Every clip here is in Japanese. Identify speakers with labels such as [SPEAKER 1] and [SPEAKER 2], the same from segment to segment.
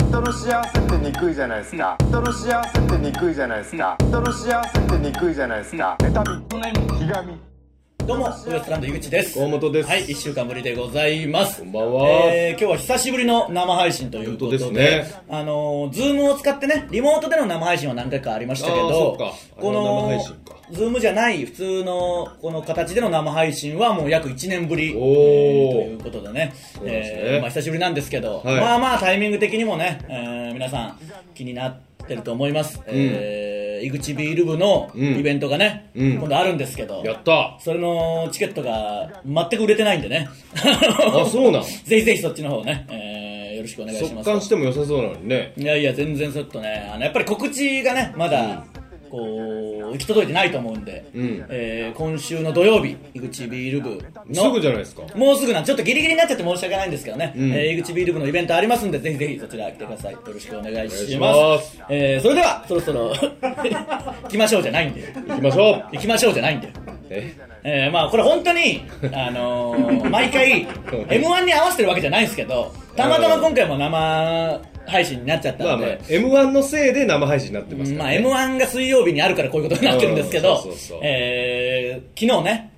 [SPEAKER 1] 人の幸せってにくいじゃないですか人の幸せってにくいじゃないですか人の幸せってにくいじゃないですか妬みひがみ
[SPEAKER 2] どうも、ウエストランド井口です。
[SPEAKER 3] 大本です
[SPEAKER 2] はい、一週間ぶりでございます。こ
[SPEAKER 3] んばんは
[SPEAKER 2] えー、今日は久しぶりの生配信ということで、
[SPEAKER 3] 本当ですね
[SPEAKER 2] あのー、ズームを使ってね、リモートでの生配信は何回かありましたけ
[SPEAKER 3] あーそ
[SPEAKER 2] ど
[SPEAKER 3] っ、か
[SPEAKER 2] こ
[SPEAKER 3] あれ
[SPEAKER 2] の
[SPEAKER 3] は生配信か、
[SPEAKER 2] ズームじゃない普通のこの形での生配信はもう約1年ぶり、えー
[SPEAKER 3] おー
[SPEAKER 2] ということでね、
[SPEAKER 3] うなんですね
[SPEAKER 2] えーまあ久しぶりなんですけど、
[SPEAKER 3] はい
[SPEAKER 2] まあまあタイミング的にもね、えー皆さん気になってると思います。えー、井口ビール部のイベントがね、
[SPEAKER 3] ん
[SPEAKER 2] 今度あるんですけど、
[SPEAKER 3] やった
[SPEAKER 2] それのチケットが全く売れてないんでね。
[SPEAKER 3] あそうな ん
[SPEAKER 2] ぜひぜひそっちの方ね、えーよろしくお願いしま
[SPEAKER 3] 速
[SPEAKER 2] す。
[SPEAKER 3] 乾しても良さそうなのにね
[SPEAKER 2] いやいや、全然ちょっとね、あの、やっぱり告知がね、まだ、こう、行き届いてないと思うんで、
[SPEAKER 3] ん
[SPEAKER 2] えー今週の土曜日、井口ビール部
[SPEAKER 3] す
[SPEAKER 2] の、
[SPEAKER 3] ぐじゃないですか
[SPEAKER 2] もうすぐなんちょっとギリギリになっちゃって申し訳ないんですけどね、
[SPEAKER 3] ん
[SPEAKER 2] えー井口ビール部のイベントありますんでぜひぜひそちら来てくださいよろしくお願いしま
[SPEAKER 3] お願い
[SPEAKER 2] す
[SPEAKER 3] しま
[SPEAKER 2] えーそれではそろそろ 行きましょうじゃないんで
[SPEAKER 3] 行きましょう
[SPEAKER 2] 行きましょうじゃないんで
[SPEAKER 3] え
[SPEAKER 2] えーまあこれ本当に、あの ー毎回 m 1に合わせてるわけじゃないんですけどたまたま今回も生配信になっちゃっ
[SPEAKER 3] ま
[SPEAKER 2] た
[SPEAKER 3] あ
[SPEAKER 2] ん
[SPEAKER 3] まあ
[SPEAKER 2] で、
[SPEAKER 3] m 1のせいで生配信になってますか
[SPEAKER 2] ま
[SPEAKER 3] ら、
[SPEAKER 2] あ、
[SPEAKER 3] ね
[SPEAKER 2] m 1が水曜日にあるからこういうことになってるんですけど、
[SPEAKER 3] うんそうそうそう
[SPEAKER 2] えー昨日ね、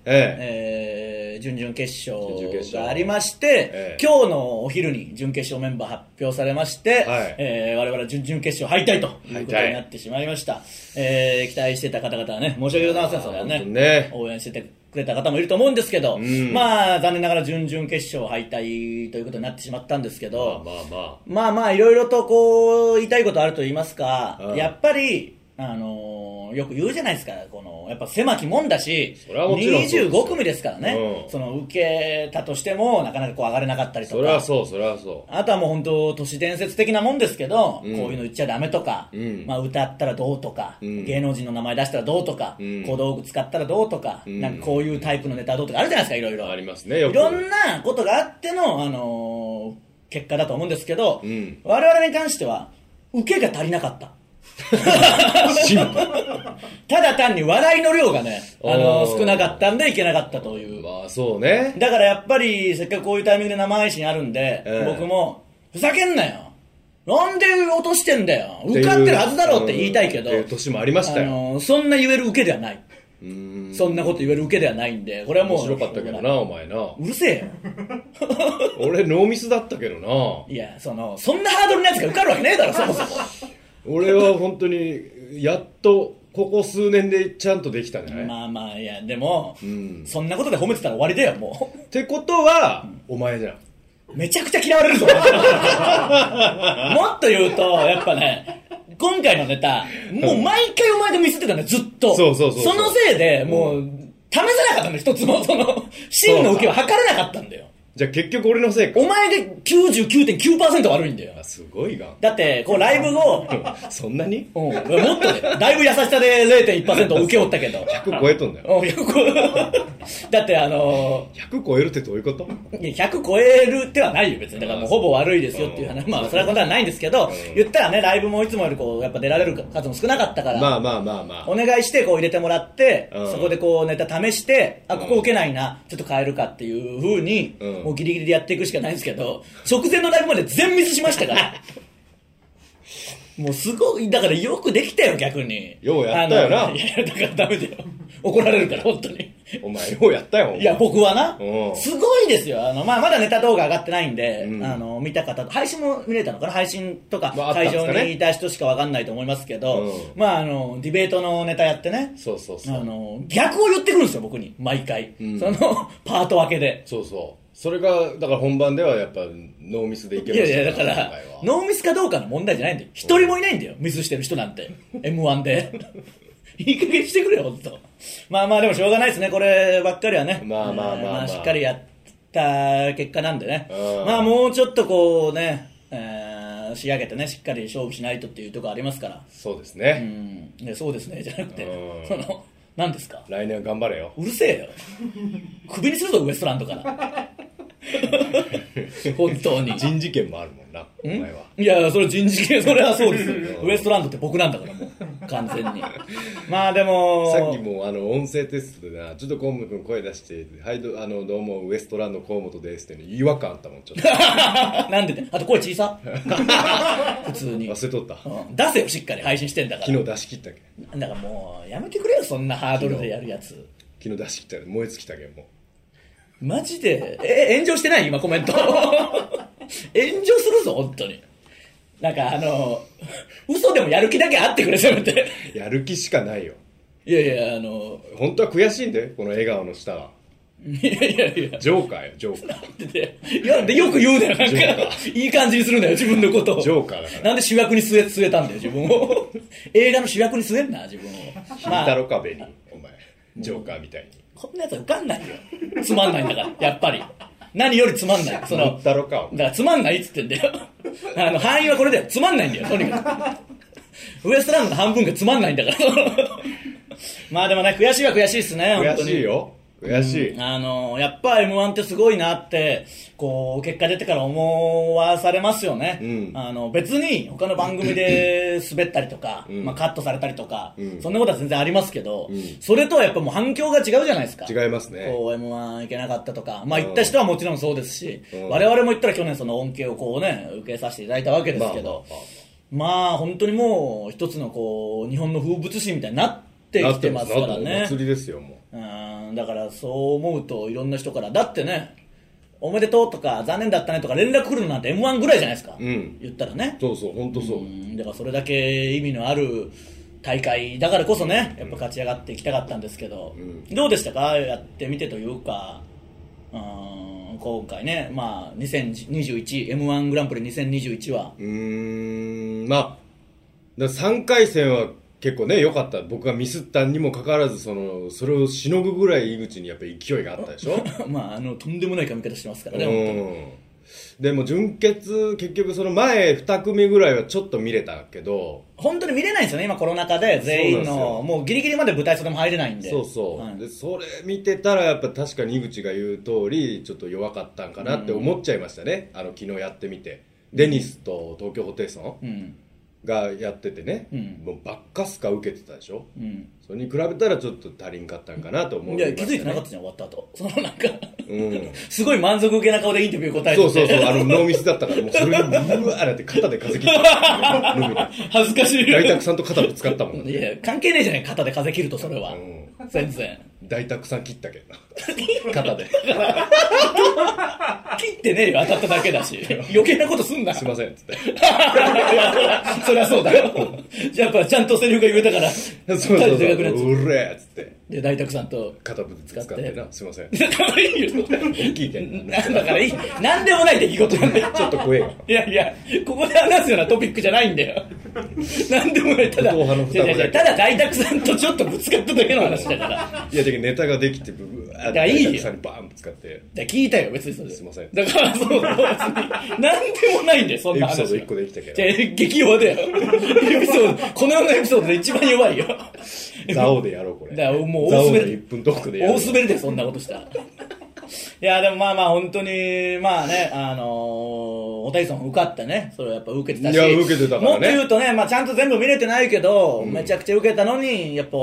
[SPEAKER 2] えー準々決
[SPEAKER 3] 準々決
[SPEAKER 2] 勝
[SPEAKER 3] 勝
[SPEAKER 2] がありまして、
[SPEAKER 3] ええ
[SPEAKER 2] 今日のお昼に準決勝メンバー発表されまして、
[SPEAKER 3] はい
[SPEAKER 2] えー我々は準々決勝敗退ということになってしまいました、えー期待してた方々はね申し訳ございませんそれは
[SPEAKER 3] 本
[SPEAKER 2] ね
[SPEAKER 3] 当にね
[SPEAKER 2] 応援しててくれた方もいると思うんですけど、
[SPEAKER 3] ん
[SPEAKER 2] まあ残念ながら準々決勝敗退ということになってしまったんですけど、
[SPEAKER 3] まあまあ
[SPEAKER 2] まあまあいろいろとこう言いたいことあると言いますか、
[SPEAKER 3] うん
[SPEAKER 2] やっぱりあのーよく言うじゃないですかこのやっぱ狭きもんだし
[SPEAKER 3] それはもちろんそうですよ
[SPEAKER 2] 25組ですからね、
[SPEAKER 3] うん
[SPEAKER 2] その受けたとしてもなかなかこう上がれなかったりと
[SPEAKER 3] そりゃ
[SPEAKER 2] か
[SPEAKER 3] そうそりゃそ
[SPEAKER 2] あとはもう本当都市伝説的なもんですけど、こ
[SPEAKER 3] ん
[SPEAKER 2] ういうの言っちゃダメとか、
[SPEAKER 3] ん
[SPEAKER 2] まあ、歌ったらどうとか、
[SPEAKER 3] うん
[SPEAKER 2] 芸能人の名前出したらどうとか、
[SPEAKER 3] うん
[SPEAKER 2] 小道具使ったらどうとか,、
[SPEAKER 3] ん
[SPEAKER 2] なんかこういうタイプのネタどうとかあるじゃないですかいろいうろ
[SPEAKER 3] ありますねよく
[SPEAKER 2] いろんなことがあっての、あのー結果だと思うんですけど、
[SPEAKER 3] ん
[SPEAKER 2] 我々に関しては、受けが足りなかった。
[SPEAKER 3] シンプル
[SPEAKER 2] ただ単に笑いの量がね、あのー
[SPEAKER 3] おー
[SPEAKER 2] 少なかったんでいけなかったという。
[SPEAKER 3] まあそうね
[SPEAKER 2] だからやっぱり、せっかくこういうタイミングで生配信あるんで、
[SPEAKER 3] ええ
[SPEAKER 2] 僕も、ふざけんなよなんで落としてんだよ受かってるはずだろうって言いたいけど、
[SPEAKER 3] うんっていう年もありました
[SPEAKER 2] あ
[SPEAKER 3] よ、
[SPEAKER 2] のーそんな言える受けではない。
[SPEAKER 3] うーん
[SPEAKER 2] そんなこと言える受けではないんで、これはもう。
[SPEAKER 3] 面白かったけどなお前な
[SPEAKER 2] うるせえよ。
[SPEAKER 3] 俺ノーミスだったけどない
[SPEAKER 2] や、その、そんなハードルのやつが受かるわけねえだろ、そ もそも。
[SPEAKER 3] 俺は本当にやっとここ数年でちゃんとできたんじゃない、
[SPEAKER 2] まあまあ、いや、でも、
[SPEAKER 3] ん
[SPEAKER 2] そんなことで褒めてたら終わりだよ、も
[SPEAKER 3] ってことは、お前じゃん
[SPEAKER 2] う。めちゃくちゃ嫌われるぞ、 もっと言うと、やっぱね、今回のネタ、もう毎回お前でミスってたんだよ、ずっと。
[SPEAKER 3] そうそうそうそう
[SPEAKER 2] のせいで、もう、試せなかったんだよ、一つも。その、真の受けを測れなかったんだよ。
[SPEAKER 3] じゃあ結局俺のせいか
[SPEAKER 2] お前が99.9%悪いんだよ
[SPEAKER 3] あ。すごいが
[SPEAKER 2] だって、こう、ライブ後、
[SPEAKER 3] そんなに
[SPEAKER 2] うん、もっとね、だいぶ優しさで0.1%受け負ったけど。
[SPEAKER 3] 100超えとんだよ
[SPEAKER 2] うん100 だってあの
[SPEAKER 3] 100超えるってどういうこと
[SPEAKER 2] いや100超えるってはないよ別にだからもうほぼ悪いですよっていう話まあそれはことはないんですけど
[SPEAKER 3] うん
[SPEAKER 2] 言ったらねライブもいつもよりこうやっぱ出られる数も少なかったから、
[SPEAKER 3] まあまあまあまあ
[SPEAKER 2] お願いしてこう入れてもらって、
[SPEAKER 3] うん
[SPEAKER 2] そこでこうネタ試してあここ
[SPEAKER 3] うん
[SPEAKER 2] 受けないなちょっと変えるかっていうふうに、
[SPEAKER 3] うん
[SPEAKER 2] もうギリギリでやっていくしかないんですけど直前のライブまで全ミスしましたからもうすごいだからよくできたよ逆に
[SPEAKER 3] ようやったよな
[SPEAKER 2] あのいやだからダメだよ怒られるから本当に
[SPEAKER 3] お前ようやったよお前
[SPEAKER 2] いや、僕はな
[SPEAKER 3] う、ん
[SPEAKER 2] すごいですよ。あの、まあ、まだネタ動画上がってないんで、
[SPEAKER 3] うん
[SPEAKER 2] あの、見た方、配信も見れたのかな配信とか、
[SPEAKER 3] まああったん
[SPEAKER 2] 会
[SPEAKER 3] ですか
[SPEAKER 2] 場
[SPEAKER 3] ね
[SPEAKER 2] にいた人しかわかんないと思いますけど、
[SPEAKER 3] うん
[SPEAKER 2] まあ、あの、ディベートのネタやってね、
[SPEAKER 3] そうそう
[SPEAKER 2] あ
[SPEAKER 3] そう
[SPEAKER 2] の、逆を言ってくるんですよ、僕に、毎回。
[SPEAKER 3] うん
[SPEAKER 2] その、パート分けで。
[SPEAKER 3] そうそうそれがだから本番ではやっぱノーミスでいけ
[SPEAKER 2] い
[SPEAKER 3] まし
[SPEAKER 2] や
[SPEAKER 3] た
[SPEAKER 2] いや、だか
[SPEAKER 3] 今
[SPEAKER 2] ら
[SPEAKER 3] 回は、
[SPEAKER 2] ノーミスかどうかの問題じゃないんだよ。一人もいないんだよ、ミスしてる人なんて。M1 で。 いい加減してくれよ、ほんと。まあまあ、でもしょうがないですね、こればっかりはね。
[SPEAKER 3] まあまあまあま
[SPEAKER 2] え
[SPEAKER 3] あ
[SPEAKER 2] ーしっかりやった結果なんでね
[SPEAKER 3] う。ん
[SPEAKER 2] まあ、もうちょっとこうね、えー仕上げてね、しっかり勝負しないとっていうところありますから。
[SPEAKER 3] そうです
[SPEAKER 2] う
[SPEAKER 3] ね、
[SPEAKER 2] ん。ね、そうですね、じゃなくて
[SPEAKER 3] う、ん
[SPEAKER 2] その、何ですか
[SPEAKER 3] 来年は頑張れよ
[SPEAKER 2] うるせえよ。首にするぞ、ウエストランドから。本当に。
[SPEAKER 3] 人事権もあるもんんな お前は。
[SPEAKER 2] いや、それ人事系、それはそうですよ。 ウエストランドって僕なんだから、もう。完全に。 まあでも、
[SPEAKER 3] さっきもあの音声テストでなちょっと河本君声出して「はいどあのどうもウエストランド河本です」っていうの違和感あったもんちょ っと
[SPEAKER 2] なんでね。あと声小 さ。普通に。
[SPEAKER 3] 忘れとった
[SPEAKER 2] うん出せよ、しっかり配信してんだから
[SPEAKER 3] 昨。日出し切ったけん
[SPEAKER 2] だからもう、やめてくれよ、そんなハードルでやるやつ。
[SPEAKER 3] 昨日出し切ったけん燃え尽きたけんも
[SPEAKER 2] マジで、え、炎上してない今コメント。 炎上するぞ、本当に。なんかあの、嘘でもやる気だけあってくれ、せめて。
[SPEAKER 3] うやる気しかないよ
[SPEAKER 2] いやいや、あの、
[SPEAKER 3] 本当は悔しいんでこの笑顔の下はい
[SPEAKER 2] やいやいや。
[SPEAKER 3] ジョーカーよジョーカ ー
[SPEAKER 2] っていや、で、よく言うなよ、なん
[SPEAKER 3] ジョー
[SPEAKER 2] か。いい感じにするんだよ、自分のことを。
[SPEAKER 3] ジョーカーだから
[SPEAKER 2] なんで主役に据え、据えたんだよ、自分を。 映画の主役に据えんな、自分を。
[SPEAKER 3] 金太郎かベニーお前ジョーカーみたいに
[SPEAKER 2] こんなやつ受かんないよ。つまんないんだから、やっぱり。何よりつまんない。そ
[SPEAKER 3] 金
[SPEAKER 2] の、
[SPEAKER 3] 太郎か
[SPEAKER 2] だ
[SPEAKER 3] お前
[SPEAKER 2] からつまんないっつってんだよ。 あの、範囲はこれだよ。つまんないんだよ、とにかく。ウエストランドの半分がつまんないんだから。 まあでもね、悔しいは悔しいっすね、本
[SPEAKER 3] 悔
[SPEAKER 2] 当に。
[SPEAKER 3] しいよ悔しい
[SPEAKER 2] あの、やっぱ M1 ってすごいなって、こう、結果出てから思わされますよね。
[SPEAKER 3] うん
[SPEAKER 2] あの、別に他の番組 で滑ったりとか、まあカットされたりとか、
[SPEAKER 3] ん
[SPEAKER 2] そんなことは全然ありますけど、
[SPEAKER 3] ん
[SPEAKER 2] それとはやっぱもう反響が違うじゃないですか。
[SPEAKER 3] 違いますね
[SPEAKER 2] こう M1 行けなかったとか、まあ
[SPEAKER 3] うん
[SPEAKER 2] 行った人はもちろんそうですし、
[SPEAKER 3] うん
[SPEAKER 2] 我々も行ったら去年その恩恵をこうね、受けさせていただいたわけですけど、
[SPEAKER 3] まあまあまあ
[SPEAKER 2] まあ本当にもう一つのこう、日本の風物詩みたいになって
[SPEAKER 3] な
[SPEAKER 2] き
[SPEAKER 3] ってて
[SPEAKER 2] ま
[SPEAKER 3] ますす
[SPEAKER 2] か
[SPEAKER 3] からら
[SPEAKER 2] ね。
[SPEAKER 3] ねお祭りですよも
[SPEAKER 2] う
[SPEAKER 3] う
[SPEAKER 2] んだからそう思うといろんな人からだってねおめでとうとか残念だったねとか連絡来るのなんて m 1ぐらいじゃないですか、
[SPEAKER 3] うん
[SPEAKER 2] 言ったらね
[SPEAKER 3] そうそう本当そう
[SPEAKER 2] うんだからそれだけ意味のある大会だからこそねやっぱ勝ち上がっていきたかったんですけど、
[SPEAKER 3] ん
[SPEAKER 2] どうでしたかやってみてというかうん今回ね、まあ、2021 m 1グランプリ2021は
[SPEAKER 3] うーんまあ、だ3回戦は結構ね、良かった。僕がミスったにもかかわらず、その、それをしのぐぐらい井口にやっぱ勢いがあったで しょ
[SPEAKER 2] まああのとんでもない髪型してますか
[SPEAKER 3] う
[SPEAKER 2] らね本当に
[SPEAKER 3] ん。でも準決、結局その前2組ぐらいはちょっと見れたけど、
[SPEAKER 2] 本当に見れないんですよね、今コロナ禍で全員
[SPEAKER 3] そうなんです
[SPEAKER 2] の、
[SPEAKER 3] よ
[SPEAKER 2] もうギリギリまで舞台袖も入れないんで。
[SPEAKER 3] そうそう、
[SPEAKER 2] はい
[SPEAKER 3] でそれ見てたらやっぱ確かに井口が言う通りちょっと弱かったんかなって思っちゃいましたね、あの昨日やってみてデニスと東京ホテイソ
[SPEAKER 2] う
[SPEAKER 3] ン
[SPEAKER 2] ん。
[SPEAKER 3] がやっててね、
[SPEAKER 2] うん
[SPEAKER 3] もうばっかすか受けてたでしょ、
[SPEAKER 2] うん。
[SPEAKER 3] それに比べたらちょっと足りんかったんかなと思う、
[SPEAKER 2] いや、気づいてなかったじゃん、終わった後。 そのなんか、
[SPEAKER 3] うん
[SPEAKER 2] すごい満足げな顔でインタビュー答えて
[SPEAKER 3] そ
[SPEAKER 2] て。
[SPEAKER 3] うそうそうあのノーミスだったからもうそれにうわーなって肩で風切 った飲みで
[SPEAKER 2] 恥ずかしい。
[SPEAKER 3] 大沢さんと肩ぶつかったもん
[SPEAKER 2] い
[SPEAKER 3] ね、
[SPEAKER 2] や、関係ねえじゃねえ、肩で風切ると、それは
[SPEAKER 3] う。ん、
[SPEAKER 2] 全然。
[SPEAKER 3] 大沢さん切ったけ どな肩で
[SPEAKER 2] 切ってねえよ、当たっただけだし。余計なことすんな。
[SPEAKER 3] すいません っつって
[SPEAKER 2] そりゃそうだよ。やっぱ、ちゃんとセリフが言えたから、
[SPEAKER 3] そうそうそう
[SPEAKER 2] 二人でかくなっちゃう
[SPEAKER 3] うれーっつって
[SPEAKER 2] で、大沢さん と。
[SPEAKER 3] 肩ぶつかってなすいません
[SPEAKER 2] だからいいよ。
[SPEAKER 3] 大きいけんな
[SPEAKER 2] だからいい。なんでもない出来事なんだよ。
[SPEAKER 3] ちょっと怖えよ
[SPEAKER 2] いやいや、ここで話すようなトピックじゃないんだよ。なんでもない、ただ、
[SPEAKER 3] 後半の双
[SPEAKER 2] い
[SPEAKER 3] 子だけ
[SPEAKER 2] やいやただ大沢さんとちょっとぶつかっただけの話だから。だか
[SPEAKER 3] いやだけどネタができてうわーって
[SPEAKER 2] いやいい
[SPEAKER 3] 大
[SPEAKER 2] よ
[SPEAKER 3] 沢さんにバーンぶつかって
[SPEAKER 2] ら聞いたよ、別にそれ。
[SPEAKER 3] すいません
[SPEAKER 2] だから、そう、別に。なんでもないんだよ、そん
[SPEAKER 3] エ
[SPEAKER 2] な
[SPEAKER 3] ピ
[SPEAKER 2] 話
[SPEAKER 3] ソ
[SPEAKER 2] は。
[SPEAKER 3] ード1個できたけ
[SPEAKER 2] じ
[SPEAKER 3] ど
[SPEAKER 2] ゃあ激弱だよ。エピソード、この世のエピソードで一番弱いよ。
[SPEAKER 3] ザオでやろうこれ
[SPEAKER 2] だからもう
[SPEAKER 3] ザ
[SPEAKER 2] 大
[SPEAKER 3] オ
[SPEAKER 2] 滑り
[SPEAKER 3] で1分トークでやろ
[SPEAKER 2] 大
[SPEAKER 3] う
[SPEAKER 2] 滑りでそんなことしたらいやでもまあまあ本当にまあねあのー、おたいさんも受かったねそれはやっぱ受けてたし
[SPEAKER 3] いや受けてたからね
[SPEAKER 2] もっと言うとね、まあ、ちゃんと全部見れてないけど、めちゃくちゃ受けたのにやっぱ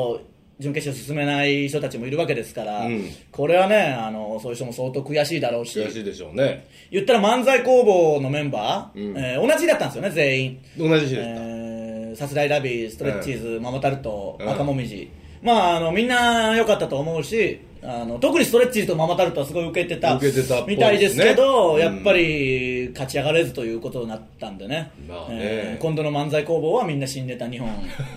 [SPEAKER 2] 準決勝進めない人たちもいるわけですから、
[SPEAKER 3] うん
[SPEAKER 2] これはねあのそういう人も相当悔しいだろうし
[SPEAKER 3] 悔しいでしょうね
[SPEAKER 2] 言ったら漫才工房のメンバー、
[SPEAKER 3] うん
[SPEAKER 2] えー同じだったんですよね全員
[SPEAKER 3] 同じ日だった、
[SPEAKER 2] えーさすらいラビーストレッチーズ、マモタルト
[SPEAKER 3] うん
[SPEAKER 2] 赤もみじ、まああのみんな良かったと思うしあの特にストレッチーズとママタルトはすごい受けてた
[SPEAKER 3] 受けてたっぽいですね
[SPEAKER 2] みたいですけど、
[SPEAKER 3] うん
[SPEAKER 2] やっぱり勝ち上がれずということになったんでね,、
[SPEAKER 3] まあね
[SPEAKER 2] ー今度の漫才工房はみんな新ネタ2本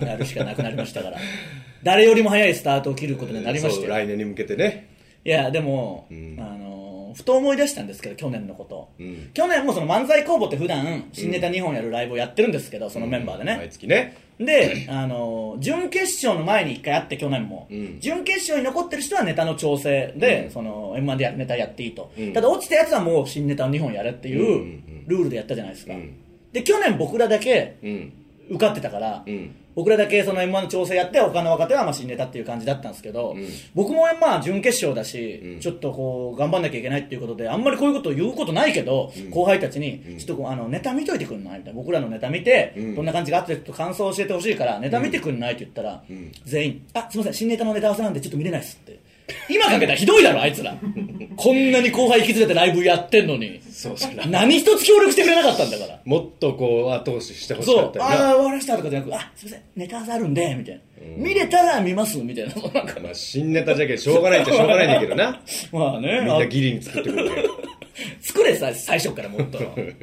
[SPEAKER 2] やるしかなくなりましたから 誰よりも早いスタートを切ることになりまし
[SPEAKER 3] そう
[SPEAKER 2] たよ、
[SPEAKER 3] 来年に向けてね
[SPEAKER 2] いやでも、
[SPEAKER 3] うん
[SPEAKER 2] あのふと思い出したんですけど去年のこと、
[SPEAKER 3] うん
[SPEAKER 2] 去年もその漫才工房って普段新ネタ2本やるライブをやってるんですけど、そのメンバーでね、
[SPEAKER 3] 毎月ね
[SPEAKER 2] で、あの準決勝の前に1回会って去年も、
[SPEAKER 3] うん
[SPEAKER 2] 準決勝に残ってる人はネタの調整で、
[SPEAKER 3] うん
[SPEAKER 2] その m 1でやるネタやっていいと、
[SPEAKER 3] うん
[SPEAKER 2] ただ落ちたやつはもう新ネタを2本やれってい
[SPEAKER 3] んうんう
[SPEAKER 2] うルールでやったじゃないですか、
[SPEAKER 3] うん
[SPEAKER 2] で去年僕らだけ
[SPEAKER 3] うん
[SPEAKER 2] 受かってたから、
[SPEAKER 3] うん
[SPEAKER 2] 僕らだけその m 1の調整やって他の若手はまあ死んでたっていう感じだったんですけど、
[SPEAKER 3] うん
[SPEAKER 2] 僕もまあ準決勝だし、
[SPEAKER 3] うん
[SPEAKER 2] ちょっとこう頑張んなきゃいけないっていうことであんまりこういうことを言うことないけど、後輩たちに、ちょっとこうあのネタ見といてくんないみたいな僕らのネタ見て、
[SPEAKER 3] うん
[SPEAKER 2] どんな感じがあってちょっと感想を教えてほしいからネタ見てくんないって言ったら、
[SPEAKER 3] ん
[SPEAKER 2] 全員「あすいません新ネタのネタ合わせなんでちょっと見れないっす」って今かけたらひどいだろあいつ らこんなに後輩引き連れてライブやってんのに
[SPEAKER 3] そうしな
[SPEAKER 2] 何一つ協力してくれなかったんだから
[SPEAKER 3] もっとこう後押ししてほし
[SPEAKER 2] そ
[SPEAKER 3] かっ
[SPEAKER 2] う、
[SPEAKER 3] たよ
[SPEAKER 2] ああー、
[SPEAKER 3] な
[SPEAKER 2] 終わりましたとかじゃなく、あ、すみません、ネタ合わせあるんで、みたいな。見れたら見ます、みたいな。 そうなんか、
[SPEAKER 3] まあ新ネタじゃけどしょうがないっちゃしょうがないんだけどな
[SPEAKER 2] ま あね、
[SPEAKER 3] みんなギリに作ってく るけど
[SPEAKER 2] 作れさ、最初からもっと。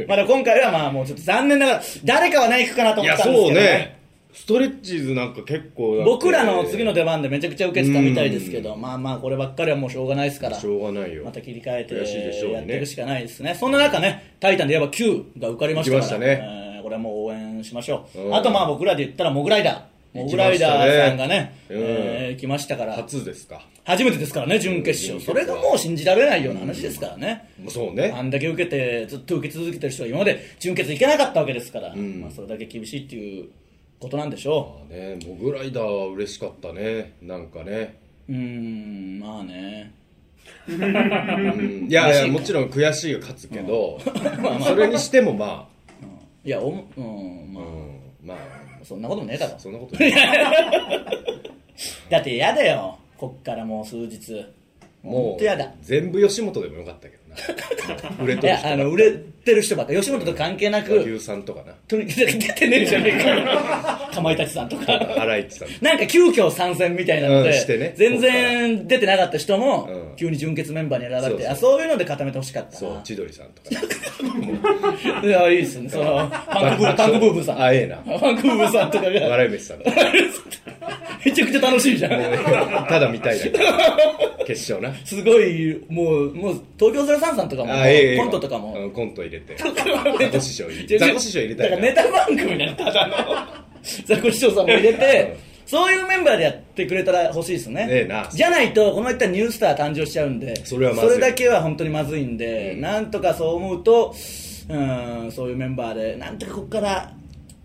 [SPEAKER 2] まだ今回はまあもうちょっと残念ながら、誰かは何行くかなと
[SPEAKER 3] い
[SPEAKER 2] 思っ
[SPEAKER 3] や
[SPEAKER 2] たんです
[SPEAKER 3] そう
[SPEAKER 2] けど、
[SPEAKER 3] ねストレッチーズなんか結構だって
[SPEAKER 2] 僕らの次の出番でめちゃくちゃ受けてたみたいですけど、まあまあこればっかりはもうしょうがないですから。
[SPEAKER 3] しょうがないよ
[SPEAKER 2] また切り替え
[SPEAKER 3] 悔しいでし
[SPEAKER 2] て
[SPEAKER 3] ょうね
[SPEAKER 2] やっていくしかないですね。そんな中ね、タイタンで言えば Q が受かりましたから、
[SPEAKER 3] 行きましたね
[SPEAKER 2] えーこれはもう応援しましょう。
[SPEAKER 3] うん
[SPEAKER 2] あとまあ僕らで言ったらモグライダー。
[SPEAKER 3] 行
[SPEAKER 2] モ
[SPEAKER 3] き
[SPEAKER 2] グ
[SPEAKER 3] ま
[SPEAKER 2] ライ
[SPEAKER 3] したね
[SPEAKER 2] ダーさんがね、
[SPEAKER 3] うん
[SPEAKER 2] えー来ましたから、
[SPEAKER 3] 初ですか
[SPEAKER 2] 初めてですからね、準決勝。
[SPEAKER 3] うん
[SPEAKER 2] それがもう信じられないような話ですからね。
[SPEAKER 3] そうね
[SPEAKER 2] あんだけ受けて、ずっと受け続けてる人が今まで準決いけなかったわけですから、
[SPEAKER 3] ん
[SPEAKER 2] まあそれだけ厳しいっていうことなんでしょう。
[SPEAKER 3] まあねモグライダーは嬉しかったねなんかね
[SPEAKER 2] うーんまあね
[SPEAKER 3] うんいや
[SPEAKER 2] 悔しいか
[SPEAKER 3] いやもちろん悔しいが勝つけどそれにしてもま
[SPEAKER 2] いやおもうんま
[SPEAKER 3] あう
[SPEAKER 2] あ
[SPEAKER 3] んまあ
[SPEAKER 2] そんなこともねえだろ
[SPEAKER 3] そんなことない
[SPEAKER 2] だって嫌だよこっからもう数日ほ
[SPEAKER 3] も
[SPEAKER 2] んと嫌だ
[SPEAKER 3] う全部吉本でもよかったけ どな売れ
[SPEAKER 2] い
[SPEAKER 3] てる
[SPEAKER 2] や
[SPEAKER 3] 人
[SPEAKER 2] あの売れてる人ばっか吉本と関係な
[SPEAKER 3] 和
[SPEAKER 2] く
[SPEAKER 3] 牛さんとかな
[SPEAKER 2] とにかく出てねえじゃねえ かかまいたちさんとか
[SPEAKER 3] ハライチさん
[SPEAKER 2] なんか急遽参戦みたいなので、
[SPEAKER 3] うんしてね
[SPEAKER 2] 全然出てなかった人も、
[SPEAKER 3] うん
[SPEAKER 2] 急に準決メンバーに選ばれて
[SPEAKER 3] そうそう
[SPEAKER 2] あそういうので固めてほしかった
[SPEAKER 3] そう
[SPEAKER 2] な
[SPEAKER 3] 千鳥さんと か
[SPEAKER 2] いやいいですねそのパンクブーパンクブーブーさん
[SPEAKER 3] あええな
[SPEAKER 2] パンクブーブーさんとかが
[SPEAKER 3] 笑い飯さんとか
[SPEAKER 2] めちゃくちゃ楽しいじゃん
[SPEAKER 3] ただ見たいだけ決勝な
[SPEAKER 2] すごい、もう、もう、東京ゼロ三さんとかも、
[SPEAKER 3] あええええ
[SPEAKER 2] コントとかも。
[SPEAKER 3] うんコント入れて ザコシショウ入
[SPEAKER 2] 違う違
[SPEAKER 3] れ
[SPEAKER 2] う
[SPEAKER 3] ザコシショウ入れた
[SPEAKER 2] だ
[SPEAKER 3] い
[SPEAKER 2] か
[SPEAKER 3] な
[SPEAKER 2] らネタ番組なの、ただの。ザコシショウさんも入れ て、そういうメンバーでやってくれたら欲しいですね。
[SPEAKER 3] ええな
[SPEAKER 2] じゃないと、このいったニュースター誕生しちゃうんで、
[SPEAKER 3] それはまずい
[SPEAKER 2] だけは本当にまずいんで、
[SPEAKER 3] うん
[SPEAKER 2] なんとかそう思うと、うん、そういうメンバーで、なんとかここから